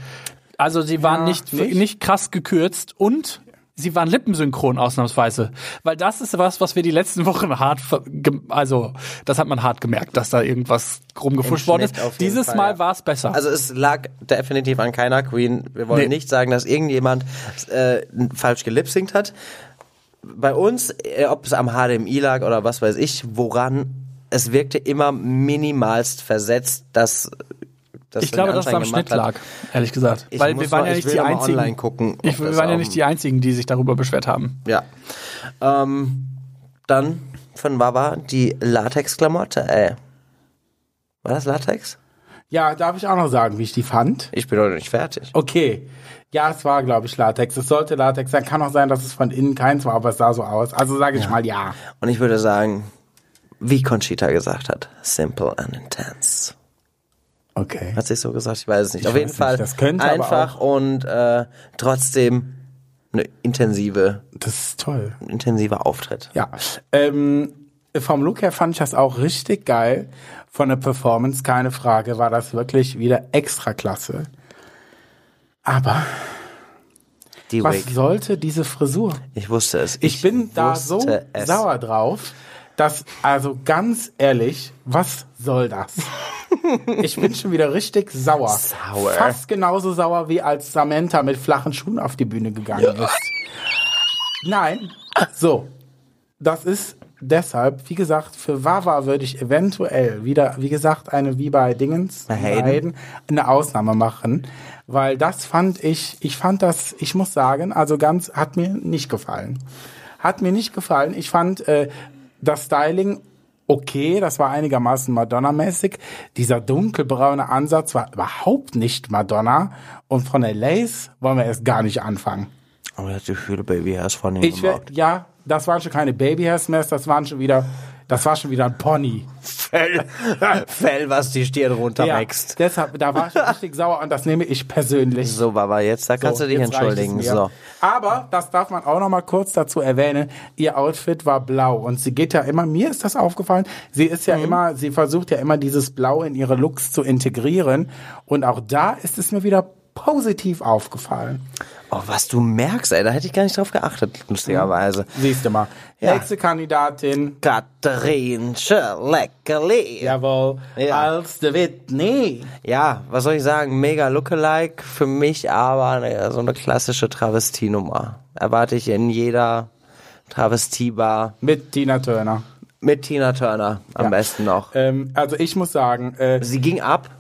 Also sie waren Ja, nicht, nicht? nicht krass gekürzt und sie waren lippensynchron ausnahmsweise, weil das ist was, was wir die letzten Wochen hart ver- gem- also das hat man hart gemerkt, dass da irgendwas rumgefuscht Im worden Schnitt auf ist. jeden Dieses Fall, Mal ja. war es besser. Also es lag definitiv an keiner Queen. Wir wollen Nee. nicht sagen, dass irgendjemand äh, falsch gelipsynkt hat. Bei uns, äh, ob es am HDMI lag oder was weiß ich, woran es wirkte immer minimalst versetzt, dass dass ich glaube, den dass es am Anschein Schnitt gemacht hat. lag, ehrlich gesagt, Ich weil muss wir waren mal- ja ich nicht will die noch mal einzigen. online gucken, ob ich, wir das waren ja am- nicht die einzigen, die sich darüber beschwert haben. Ja. Ähm, dann von Baba die Latex-Klamotte, ey. War das Latex? Ja, darf ich auch noch sagen, wie ich die fand? Ich bin heute nicht fertig. Okay. Ja, es war, glaube ich, Latex. Es sollte Latex sein. Kann auch sein, dass es von innen keins war, aber es sah so aus. Also sage ich mal ja. Und ich würde sagen, wie Conchita gesagt hat, simple and intense. Okay. Hat sie es so gesagt? Ich weiß es nicht. Auf weiß jeden nicht. Fall Das könnte aber einfach und äh, trotzdem eine intensive, Das ist toll. ein intensiver Auftritt. Ja. Ähm, vom Look her fand ich das auch richtig geil. Von der Performance, keine Frage, war das wirklich wieder extra klasse. Aber Die was Wig. sollte diese Frisur? Ich wusste es. Ich, bin da so wusste es. sauer drauf, dass, also ganz ehrlich, was soll das? ich bin schon wieder richtig sauer. Sauer. Fast genauso sauer, wie als Samantha mit flachen Schuhen auf die Bühne gegangen ist. Nein, so. Das ist deshalb, wie gesagt, für Wawa würde ich eventuell wieder, wie gesagt, eine wie bei Dingens, Bei Hayden. Hayden, eine Ausnahme machen, weil das fand ich, ich fand das, ich muss sagen, also ganz, hat mir nicht gefallen. Hat mir nicht gefallen. Ich fand äh, das Styling okay, das war einigermaßen Madonna-mäßig. Dieser dunkelbraune Ansatz war überhaupt nicht Madonna und von der Lace wollen wir erst gar nicht anfangen. Aber Oh, er hat die Schule Baby Hairs von ihm Ich wär, gemacht. ja, das waren schon keine Babyhairs mehr, das waren schon wieder, das war schon wieder ein Pony. Fell, Fell, was die Stirn Ja, runterwächst. deshalb, da war ich schon richtig sauer und das nehme ich persönlich. So, Baba, jetzt, da kannst So, du dich jetzt reicht entschuldigen. es mir. So. Aber das darf man auch noch mal kurz dazu erwähnen. Ihr Outfit war blau und sie geht ja immer. Mir ist das aufgefallen. Sie ist Mhm. ja immer, sie versucht ja immer dieses Blau in ihre Looks zu integrieren und auch da ist es mir wieder positiv aufgefallen. Oh, was du merkst, ey, da hätte ich gar nicht drauf geachtet, lustigerweise. Siehst du mal. Ja. Nächste Kandidatin. Katharin Schleckerli. Jawohl. Ja. Als de Whitney. Ja, was soll ich sagen? Mega Lookalike. Für mich aber äh, so eine klassische Travestienummer. Erwarte ich in jeder Travestiebar Mit Tina Turner. mit Tina Turner am Ja. besten noch. Ähm, also ich muss sagen, äh, Äh, Sie ging ab.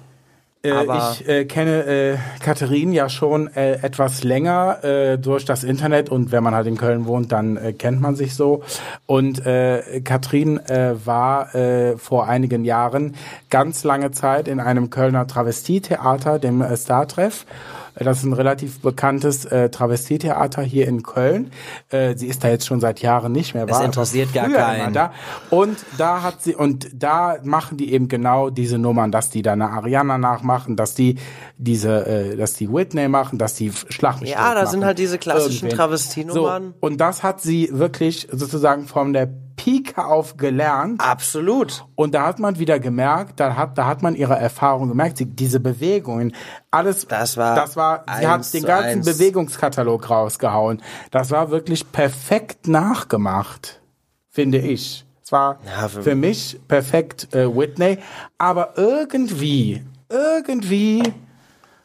äh, aber- ich äh, kenne äh, Katharin ja schon äh, etwas länger äh, durch das Internet und wenn man halt in Köln wohnt, dann äh, kennt man sich so. Und äh, Katrin äh, war äh, vor einigen Jahren ganz lange Zeit in einem Kölner Travestietheater, dem äh, Star-Treff. Äh, Das ist ein relativ bekanntes äh, Travestietheater hier in Köln. Äh, sie ist da jetzt schon seit Jahren nicht mehr. war aber interessiert gar früher immer keinen. Da da. Und da hat sie, und da machen die eben genau diese Nummern, dass die da eine Ariana nachmachen, dass die diese, äh, dass die Whitney machen, dass die Schlag mich Ja, tot da sind machen. halt diese klassischen Irgendwen. Travestienummern. So, und das hat sie wirklich sozusagen von der Pike auf gelernt. Absolut. Und da hat man wieder gemerkt, da hat, da hat man ihre Erfahrung gemerkt, sie, diese Bewegungen, alles, Das war das war, sie eins hat den zu ganzen eins. Bewegungskatalog rausgehauen. Das war wirklich perfekt nachgemacht, finde ich. Es war Ja, für, für- mich perfekt äh, Whitney, aber irgendwie, irgendwie,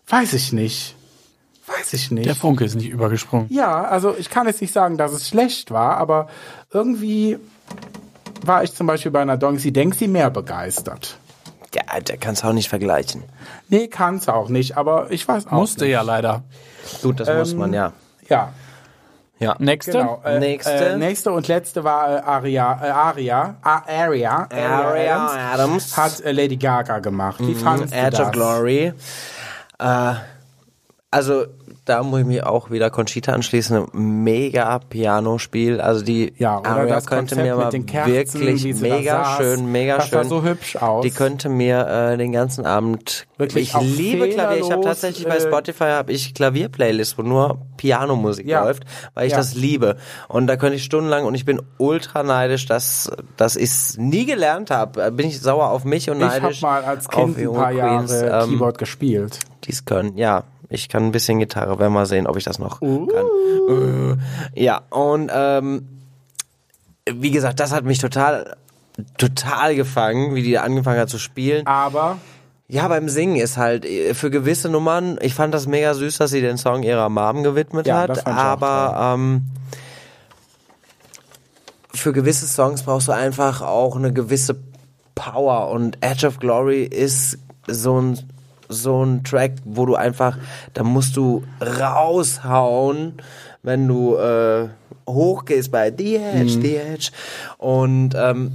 weiß ich nicht, weiß ich nicht. Der Funke ist nicht übergesprungen. Ja, also ich kann jetzt nicht sagen, dass es schlecht war, aber irgendwie war ich zum Beispiel bei einer Donxy Denksy mehr begeistert. Ja, der kann's auch nicht vergleichen. Nee, kann's auch nicht, aber ich weiß auch Musste nicht. ja leider. Gut, das muss man, ja. Ja, Ja. Nächste. genau. Äh, Nächste. Äh, nächste und letzte war äh, Aria, äh, Aria, A- Aria, Aria, Aria Adams, Adams. Mhm. hat äh, Lady Gaga gemacht. Wie fandest du Edge das? of Glory. Äh, also da muss ich mich auch wieder Conchita anschließen. Mega Pianospiel. Also die Ja, oder Aria das könnte Konzept mir mit mal den Kerzen, wirklich wie sie da mega saß. schön, mega Das schön. sah so hübsch aus. Die könnte mir äh, den ganzen Abend. Wirklich auch ich liebe Klavier. Ich habe fehlerlos, tatsächlich bei äh, Spotify habe ich Klavierplaylists, wo nur Pianomusik Ja. läuft, weil ich Ja. das liebe. Und da könnte ich stundenlang und ich bin ultra neidisch, dass dass ich's nie gelernt habe. Bin ich sauer auf mich und Ich habe neidisch mal als auf Kind ein junge paar Jahre Queens. ähm, Keyboard gespielt. dies können. Ja, ich kann ein bisschen Gitarre, werden wir sehen, ob ich das noch Uh. kann. Äh, ja, und ähm, wie gesagt, das hat mich total total gefangen, wie die da angefangen hat zu spielen. Aber Ja, beim Singen ist halt äh, für gewisse Nummern, ich fand das mega süß, dass sie den Song ihrer Mom gewidmet Ja, das hat, fand ich auch aber ähm, für gewisse Songs brauchst du einfach auch eine gewisse Power und Edge of Glory ist so ein so ein Track, wo du einfach, da musst du raushauen, wenn du äh, hochgehst bei The Mhm. Edge, The Edge und ähm,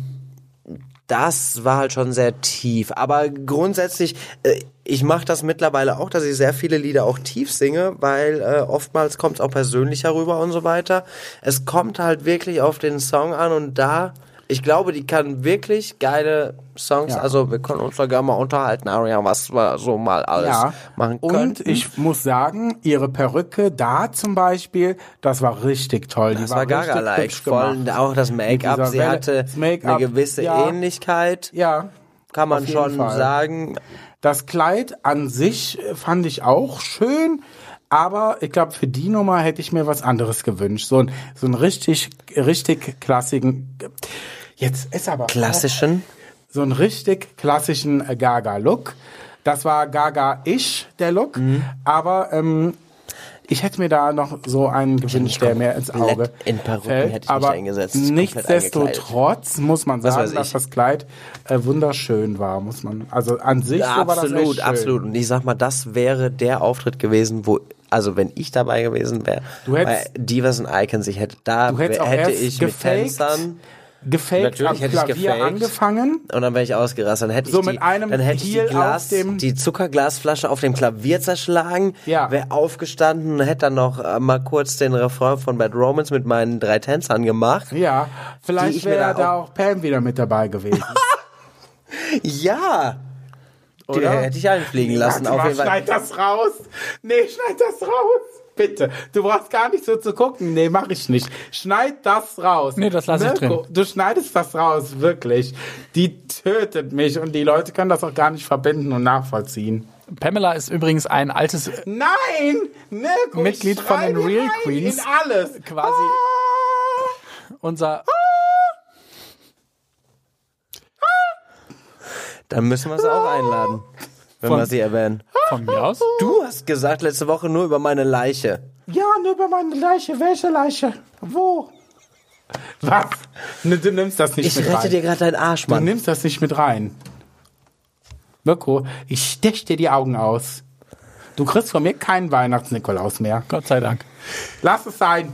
das war halt schon sehr tief. Aber grundsätzlich, äh, ich mache das mittlerweile auch, dass ich sehr viele Lieder auch tief singe, weil äh, oftmals kommt es auch persönlicher rüber und so weiter. Es kommt halt wirklich auf den Song an und da, ich glaube, die kann wirklich geile Songs, Ja. also wir können uns da gerne mal unterhalten, Aria, was wir so mal alles ja, machen können. Hm? und ich muss sagen, ihre Perücke da zum Beispiel, das war richtig toll. das die war war richtig Gaga-like, hübsch voll gemacht. und auch das Make-up, dieser sie Welle- hatte das Make-up, eine gewisse ja. Ähnlichkeit, Ja, kann man auf jeden schon Fall. sagen. Das Kleid an sich äh, fand ich auch schön, aber ich glaube, für die Nummer hätte ich mir was anderes gewünscht. So ein, so ein richtig, richtig klassischen, jetzt ist aber Klassischen. so einen richtig klassischen äh, Gaga-Look. Das war Gaga-ish, der Look, Mhm. aber ähm, ich hätte mir da noch so einen gewünscht, der mir ins komplett Auge in Perücken fällt. hätte ich mich aber eingesetzt, komplett Nichtsdestotrotz muss man Was sagen, weiß dass ich. das Kleid äh, wunderschön war, muss man. Also an sich Ja, so war das echt absolut, schön. absolut. Und ich sag mal, das wäre der Auftritt gewesen, wo, also wenn ich dabei gewesen wäre, Du hättest- weil Divas und Icons, ich hätte, da Du hättest wär- auch hätte erst ich gefaked. mit Tänzern gefaked Natürlich am hätte ich Klavier gefaked. angefangen. und dann wäre ich ausgerastet. Dann hätte So ich die, mit einem dann hätte ich die, Heel Glas, auf dem- die Zuckerglasflasche auf dem Klavier zerschlagen, Ja. wäre aufgestanden und hätte dann noch äh, mal kurz den Refrain von Bad Romans mit meinen drei Tänzern gemacht. Ja, Die ich vielleicht mir wäre da da auch Pam wieder mit dabei gewesen. Ja! Die Oder? hätte ich einfliegen lassen, Warte auf mal, jeden Fall. Schneid das raus. Nee, schneid das raus. Bitte. Du brauchst gar nicht so zu gucken. Nee, mach ich nicht. Schneid das raus. Nee, das lass ich Mirko, Du schneidest das raus, wirklich. Die tötet mich und die Leute können das auch gar nicht verbinden und nachvollziehen. Pamela ist übrigens ein altes Nein! Mirko, ich Mitglied von schrei den dir Real rein Queens. In alles. Quasi- Ah. unser Dann müssen wir sie auch einladen, wenn Von- wir sie erwähnen. von mir aus. Du hast gesagt letzte Woche nur über meine Leiche. Ja, nur über meine Leiche. Welche Leiche? Wo? Was? Ne, Du nimmst das nicht Ich mit rette rein. dir gerade deinen Arsch, du Mann. nimmst das nicht mit rein. Mirko, ich stech dir die Augen aus. Du kriegst von mir keinen Weihnachts-Nikolaus mehr. Gott sei Dank. Lass es sein.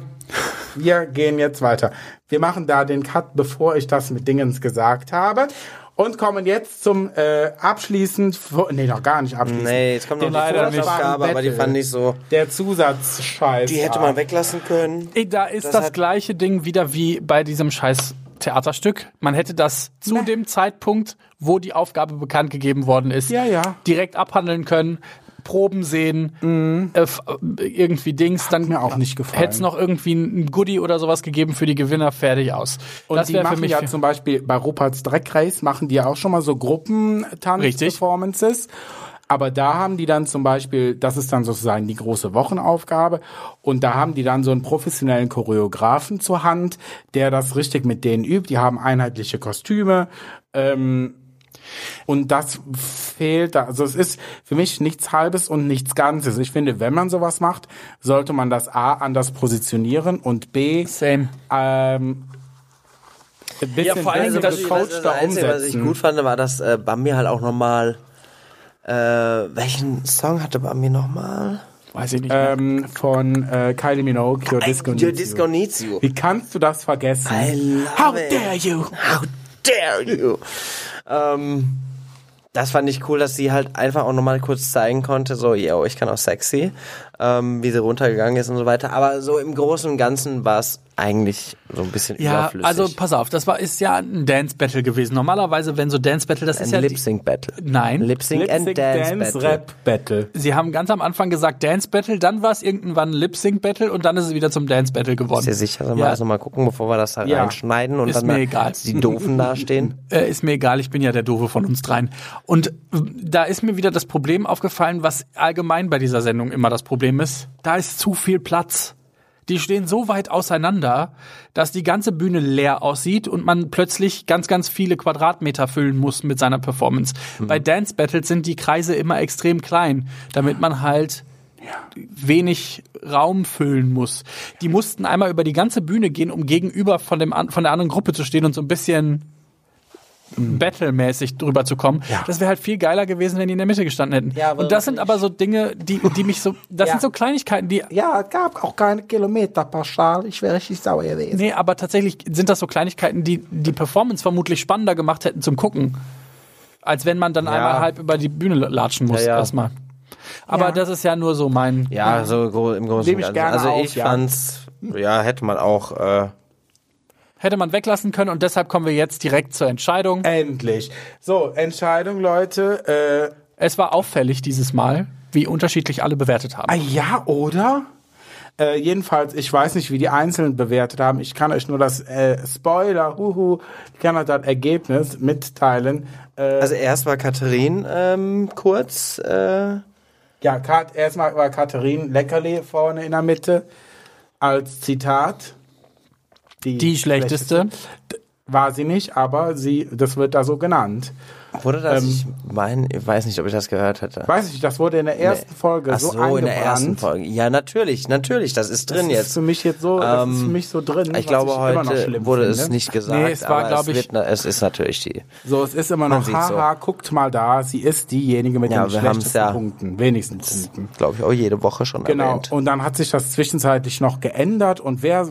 Wir gehen jetzt weiter. Wir machen da den Cut, bevor ich das mit Dingens gesagt habe. Und kommen jetzt zum äh, abschließend, vor- nee, noch gar nicht abschließend. Nee, jetzt kommt noch Den die leider nicht. Vorschlagsgabe, aber die fand ich so. Der Zusatzscheiß. Die hätte da. man weglassen können. Ey, Da ist Das das, hat- gleiche Ding wieder wie bei diesem scheiß Theaterstück. Man hätte das zu dem Zeitpunkt, wo die Aufgabe bekannt gegeben worden ist, Ja, ja. direkt abhandeln können, Proben sehen, äh, f- irgendwie Dings. Dann Mhm. mir auch nicht gefallen. Hätte es noch irgendwie ein Goodie oder sowas gegeben für die Gewinner, fertig aus. Und das die wäre machen für mich ja zum Beispiel bei Ruperts Dreckrace machen die ja auch schon mal so Richtig. Gruppentanz-Performances. Aber da haben die dann zum Beispiel, das ist dann sozusagen die große Wochenaufgabe, und da haben die dann so einen professionellen Choreografen zur Hand, der das richtig mit denen übt. Die haben einheitliche Kostüme. Ähm, und das fehlt da. Also es ist für mich nichts Halbes und nichts Ganzes. Ich finde, wenn man sowas macht, sollte man das A anders positionieren und B same. ähm, ein bisschen vor allem, besser das, gecoachter das Einzige, was ich umsetzen. gut fand, war, dass äh, Bambi halt auch nochmal. Äh, welchen Song hatte Bambi nochmal? Weiß ich nicht. mehr. ähm, von äh, Kylie Minogue, Your Disco Äh, Your Needs Disco You. Needs You. Wie kannst du das vergessen? I love How it. dare you? How dare you? Ähm, das fand ich cool, dass sie halt einfach auch nochmal kurz zeigen konnte, so, yo, ich kann auch sexy, ähm, wie sie runtergegangen ist und so weiter. Aber so im Großen und Ganzen war es eigentlich so ein bisschen Ja, überflüssig. also pass auf, das war ist ja ein Dance Battle gewesen. Normalerweise, wenn so Dance Battle, das ist ja ein die- Lip-Sync-Battle. Nein. Lip-Sync Lip Sync and Dance, Dance Battle. Rap Battle. Sie haben ganz am Anfang gesagt Dance Battle, dann war es irgendwann Lip Sync Battle und dann ist es wieder zum Dance Battle geworden. Ist dir sicher, sollen wir Ja. erst nochmal gucken, bevor wir das da Ja. reinschneiden und Ist dann mir mal egal. die Doofen dastehen? äh, ist mir egal, ich bin ja der Doofe von uns dreien. Und äh, da ist mir wieder das Problem aufgefallen, was allgemein bei dieser Sendung immer das Problem ist. Da ist zu viel Platz. Die stehen so weit auseinander, dass die ganze Bühne leer aussieht und man plötzlich ganz, ganz viele Quadratmeter füllen muss mit seiner Performance. Bei Dance Battles sind die Kreise immer extrem klein, damit man halt wenig Raum füllen muss. Die mussten einmal über die ganze Bühne gehen, um gegenüber von, dem, an- von der anderen Gruppe zu stehen und so ein bisschen Battle-mäßig drüber zu kommen. Das wäre halt viel geiler gewesen, wenn die in der Mitte gestanden hätten. Ja, aber und das sind nicht. aber so Dinge, die, die mich so, das sind so Kleinigkeiten, die, Ja, gab auch keine Kilometer pauschal. Ich wäre richtig sauer gewesen. nee, aber tatsächlich sind das so Kleinigkeiten, die die Performance vermutlich spannender gemacht hätten zum Gucken. Als wenn man dann einmal halb über die Bühne latschen muss, Ja, ja. erstmal. Aber Ja. das ist ja nur so mein Ja, so gro- im Großen Nehm und ich Ganzen. gerne Also auf, ich ja. fand's, ja, hätte man auch, äh, Hätte man weglassen können und deshalb kommen wir jetzt direkt zur Entscheidung. Endlich. So, Entscheidung, Leute. äh, Es war auffällig dieses Mal, wie unterschiedlich alle bewertet haben. Äh, ah ja, oder? Äh, jedenfalls, ich weiß nicht, wie die Einzelnen bewertet haben. Ich kann euch nur das äh, Spoiler, huhu, ich kann euch das Ergebnis mitteilen. Äh, also erst war Katharin ähm, kurz, äh, ja, Kat, erstmal war Katharin Leckerli vorne in der Mitte als Zitat. Die schlechteste. War sie nicht, aber sie, das wird da so genannt. wurde das, ich mein, ich weiß nicht, ob ich das gehört hätte. Weiß ich, das wurde in der ersten Folge Ach so, so, eingebrannt. in der ersten Folge. Ja, natürlich, natürlich, das ist Das drin ist jetzt. für mich jetzt so, das ist Ähm, für mich so drin. ich glaube, was immer noch heute schlimm wurde finde. es nicht gesagt, Nee, es war, aber glaub es, ich- wird, na- es ist natürlich die. So, es ist immer noch, sieht's so. haha, guckt mal da, sie ist diejenige mit Ja, den wir schlechtesten haben's ja. Punkten, wenigsten Punkten. glaube ich, auch jede Woche schon Genau, erwähnt. und dann hat sich das zwischenzeitlich noch geändert und wer,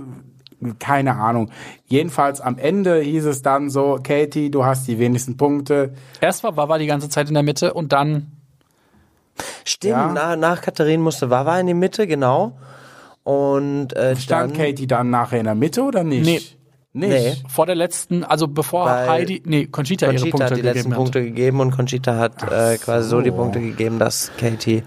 keine Ahnung, jedenfalls am Ende hieß es dann so, Katie, du hast die wenigsten Punkte. Erst war Wawa die ganze Zeit in der Mitte und dann Stimmt, Ja. nach, nach Katharin musste Wawa in die Mitte, genau. Und äh, Stand dann, Katie dann nachher in der Mitte oder nicht? Nee. Nicht? vor der letzten, also bevor Weil Heidi, nee, Conchita, ihre Conchita Punkte hat die letzten gegeben hat. Punkte gegeben und Conchita hat äh, quasi so die Punkte gegeben, dass Katie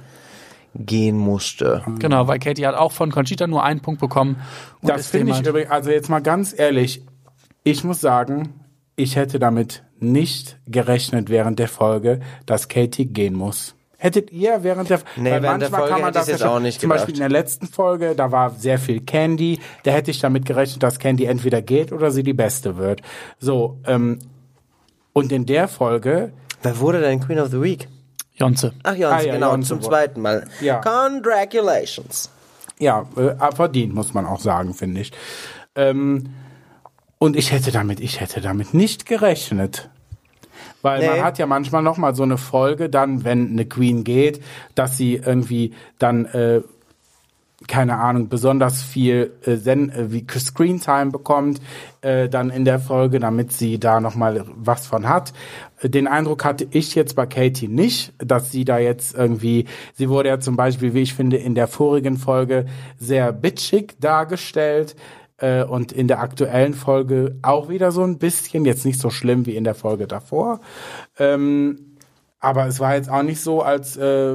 gehen musste. Genau, weil Katie hat auch von Conchita nur einen Punkt bekommen. Und Das ist halt finde ich jemand- übrigens, also jetzt mal ganz ehrlich, ich muss sagen, ich hätte damit nicht gerechnet während der Folge, dass Katie gehen muss. Hättet ihr während der Nee, weil während der manchmal Folge hätte das ich jetzt ja schon- auch nicht Zum gedacht. Beispiel in der letzten Folge, da war sehr viel Candy. Da hätte ich damit gerechnet, dass Candy entweder geht oder sie die Beste wird. So, ähm, und in der Folge, Wer wurde denn Queen of the Week? Jonze. Ach Jons, Ah ja, genau, Jons zum wurde- zweiten Mal. Ja. Congratulations. ja, äh, verdient, muss man auch sagen, finde ich. Ähm, und ich hätte damit, ich hätte damit nicht gerechnet. Weil Nee. man hat ja manchmal noch mal so eine Folge dann, wenn eine Queen geht, dass sie irgendwie dann, äh, keine Ahnung, besonders viel äh, Sen äh, wie Screentime bekommt, äh, dann in der Folge, damit sie da noch mal was von hat. Den Eindruck hatte ich jetzt bei Katie nicht, dass sie da jetzt irgendwie, sie wurde ja zum Beispiel, wie ich finde, in der vorigen Folge sehr bitchig dargestellt. Äh, und in der aktuellen Folge auch wieder so ein bisschen, jetzt nicht so schlimm wie in der Folge davor. Ähm, aber es war jetzt auch nicht so, als äh,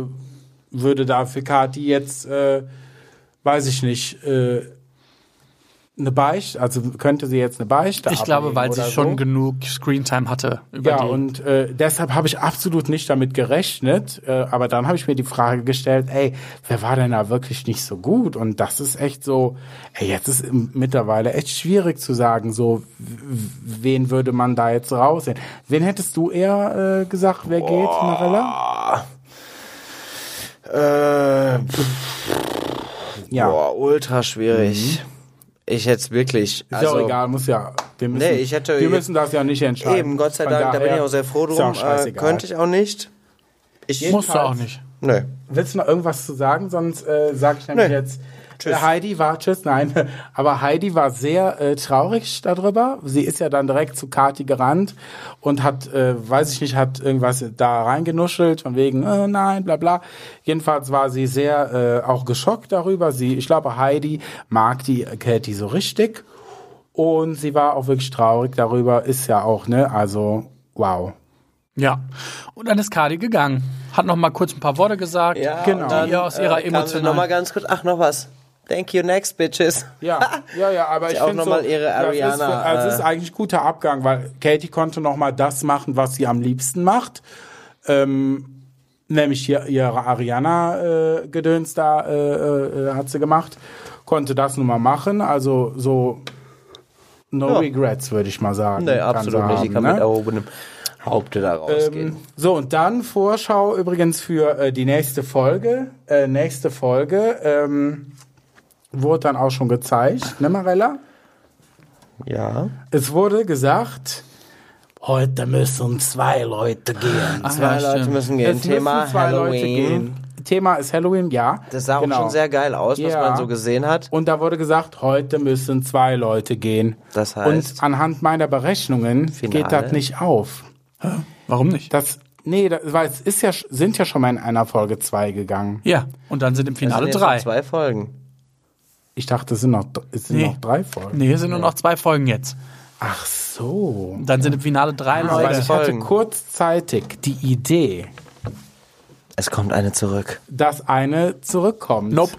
würde da für Kati jetzt, äh, weiß ich nicht, äh, eine Beichte, also könnte sie jetzt eine Beichte Ich glaube, ablegen weil sie oder schon so. genug Screentime hatte. Über Ja, die. und äh, deshalb habe ich absolut nicht damit gerechnet. Äh, aber dann habe ich mir die Frage gestellt, ey, wer war denn da wirklich nicht so gut? Und das ist echt so, ey, jetzt ist m- mittlerweile echt schwierig zu sagen, so, w- w- wen würde man da jetzt raussehen? Wen hättest du eher äh, gesagt, wer geht, Marella? Ah. Äh, Ja, Boah, ultra schwierig. Ich jetzt wirklich. Mhm. ist ja Also, auch egal, muss ja, wir müssen, Nee, ich hätte- wir müssen das ja nicht entscheiden. Eben, Gott sei Von Dank, da bin daher ich auch sehr froh ist ja drum. auch Äh, scheißegal. könnte ich auch nicht. Ich musste auch nicht. Nö. Willst du noch irgendwas zu sagen? Sonst äh, sage ich nämlich Nö. jetzt Äh, Heidi war, tschüss, nein, aber Heidi war sehr äh, traurig darüber. Sie ist ja dann direkt zu Kati gerannt und hat, äh, weiß ich nicht, hat irgendwas da reingenuschelt, von wegen, äh, nein, bla bla. Jedenfalls war sie sehr äh, auch geschockt darüber. Sie, ich glaube, Heidi mag die äh, Katie so richtig. Und sie war auch wirklich traurig darüber, ist ja auch, ne? Also, wow. Ja. Und dann ist Kadi gegangen. Hat noch mal kurz ein paar Worte gesagt, Ja, Genau. und dann, die ihr aus ihrer äh, kam sie noch mal emotionalen. ganz kurz, ach, noch was. Thank you, next, bitches. Ja, ja, ja, aber ich auch finde noch so, mal ihre ja, es ist, Ariana, also äh, es ist eigentlich ein guter Abgang, weil Katie konnte noch mal das machen, was sie am liebsten macht, ähm, nämlich ihr, ihre Ariana äh, Gedöns da äh, äh, hat sie gemacht, konnte das nun mal machen, also so no Ja. regrets würde ich mal sagen. Nee, Kann absolut sie nicht. Die haben, kann ne? Ähm, mit erhobenem Haupte da rausgehen. So, und dann Vorschau übrigens für äh, die nächste Folge. Äh, nächste Folge ähm, wurde dann auch schon gezeigt, ne Marella? Ja. Es wurde gesagt, heute müssen zwei Leute gehen. Zwei Leute müssen gehen. Ah, es Thema müssen zwei Halloween. Leute gehen. Thema ist Halloween, ja. Das sah auch schon sehr geil aus, was Ja. man so gesehen hat. Und da wurde gesagt, heute müssen zwei Leute gehen. Das heißt- Und anhand meiner Berechnungen Finale? geht das nicht auf. Warum nicht? Das, nee, das, weil es ist ja, sch- sind ja schon mal in einer Folge zwei gegangen. ja. Und dann sind im Das sind Also, Finale jetzt drei. noch Zwei Folgen. Ich dachte, es sind noch, es sind Nee. noch drei Folgen. Nee, es sind nur noch zwei Folgen jetzt. Ach so. Und dann sind im Finale drei Weil Leute. ich hatte Folgen. kurzzeitig die Idee, Es kommt eine zurück. dass eine zurückkommt. Nope.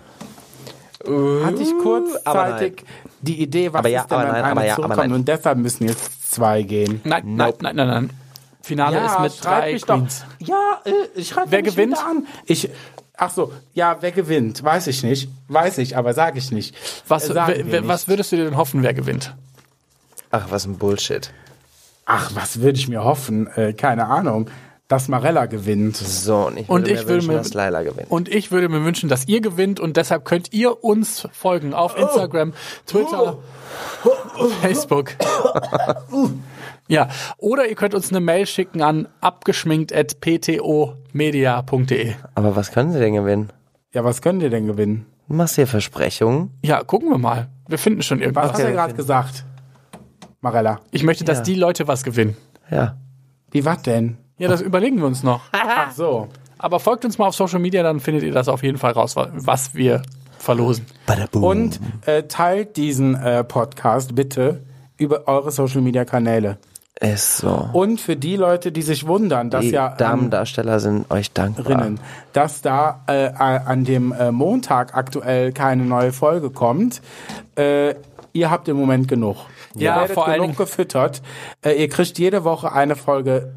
Hatte ich aber kurzzeitig die Idee, was Aber ja, ist denn, aber wenn nein, aber einer ja, aber zurückkommt? nein. Und deshalb müssen jetzt zwei gehen. Nein, nein, nein, nein, nein. Finale ist mit schreib drei mich doch. Queens. Ja, äh, schreibt Wer gewinnt? An. Ich, ach so, ja, wer gewinnt? Weiß ich nicht. Weiß ich, aber sage ich nicht. Was, Äh, sagen wer- wir wer- nicht. was würdest du dir denn hoffen, wer gewinnt? Ach, was ein Bullshit. Ach, was würde ich mir hoffen? Äh, keine Ahnung. Dass Marella gewinnt. So, und ich Und würde ich mir würde wünschen, mir- dass Laila gewinnt. Und ich würde mir wünschen, dass ihr gewinnt und deshalb könnt ihr uns folgen auf Oh. Instagram, Twitter, Facebook. ja, oder ihr könnt uns eine Mail schicken an abgeschminkt@ptomedia.de. Aber was können sie denn gewinnen? Ja, was können die denn gewinnen? Du Machst hier Versprechungen? Ja, gucken wir mal. Wir finden schon Was irgendwas. hast du gerade gesagt? Marella. Ich möchte, dass Ja. die Leute was gewinnen. Ja. Wie war denn? Ja, das überlegen wir uns noch. Ach so. Aber folgt uns mal auf Social Media, dann findet ihr das auf jeden Fall raus, was wir verlosen. Badaboom. Und äh, teilt diesen äh, Podcast bitte über eure Social Media Kanäle. Ist so. Und für die Leute, die sich wundern, dass Die ja ähm, Damendarsteller sind euch dankbar. Rinnen, dass da äh, a- an dem äh, Montag aktuell keine neue Folge kommt, äh, ihr habt im Moment genug. Ja, ihr werdet vor allen genug Dingen- gefüttert. Äh, ihr kriegt jede Woche eine Folge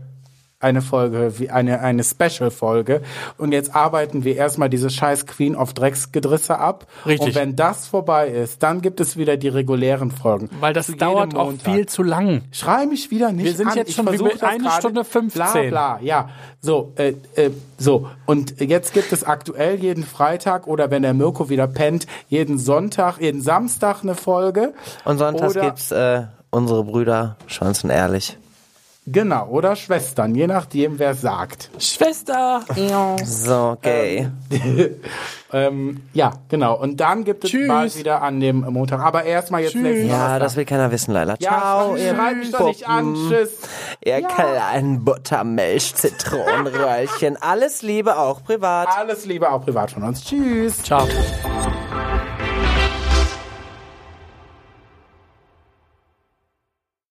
eine Folge, wie eine, eine Special-Folge. Und jetzt arbeiten wir erstmal diese scheiß Queen of Drecks-Gedrisse ab. Richtig. Und wenn das vorbei ist, dann gibt es wieder die regulären Folgen. Weil das Zu jedem dauert auch Montag. viel zu lang. Schrei mich wieder nicht Wir sind an. jetzt schon versuch wie mit das eine gerade. Stunde 15. Bla, bla, ja. So, äh, äh, so. Und jetzt gibt es aktuell jeden Freitag oder wenn der Mirko wieder pennt, jeden Sonntag, jeden Samstag eine Folge. Und sonntags Oder- gibt's äh, unsere Brüder Schwanz und Ehrlich. Genau, oder Schwestern, je nachdem, wer es sagt. Schwester! So, okay. Ähm, ja, genau. Und dann gibt es Tschüss. bald wieder an dem Montag. Aber erstmal jetzt nächsten ja, Donnerstag. das will keiner wissen, Laila. ja, Ciao, ihr ihr, schreibt mich doch nicht an. Tschüss. ihr kleinen Buttermilch-Zitronenröllchen. Alles Liebe, auch privat. Alles Liebe auch privat von uns. Tschüss. Ciao.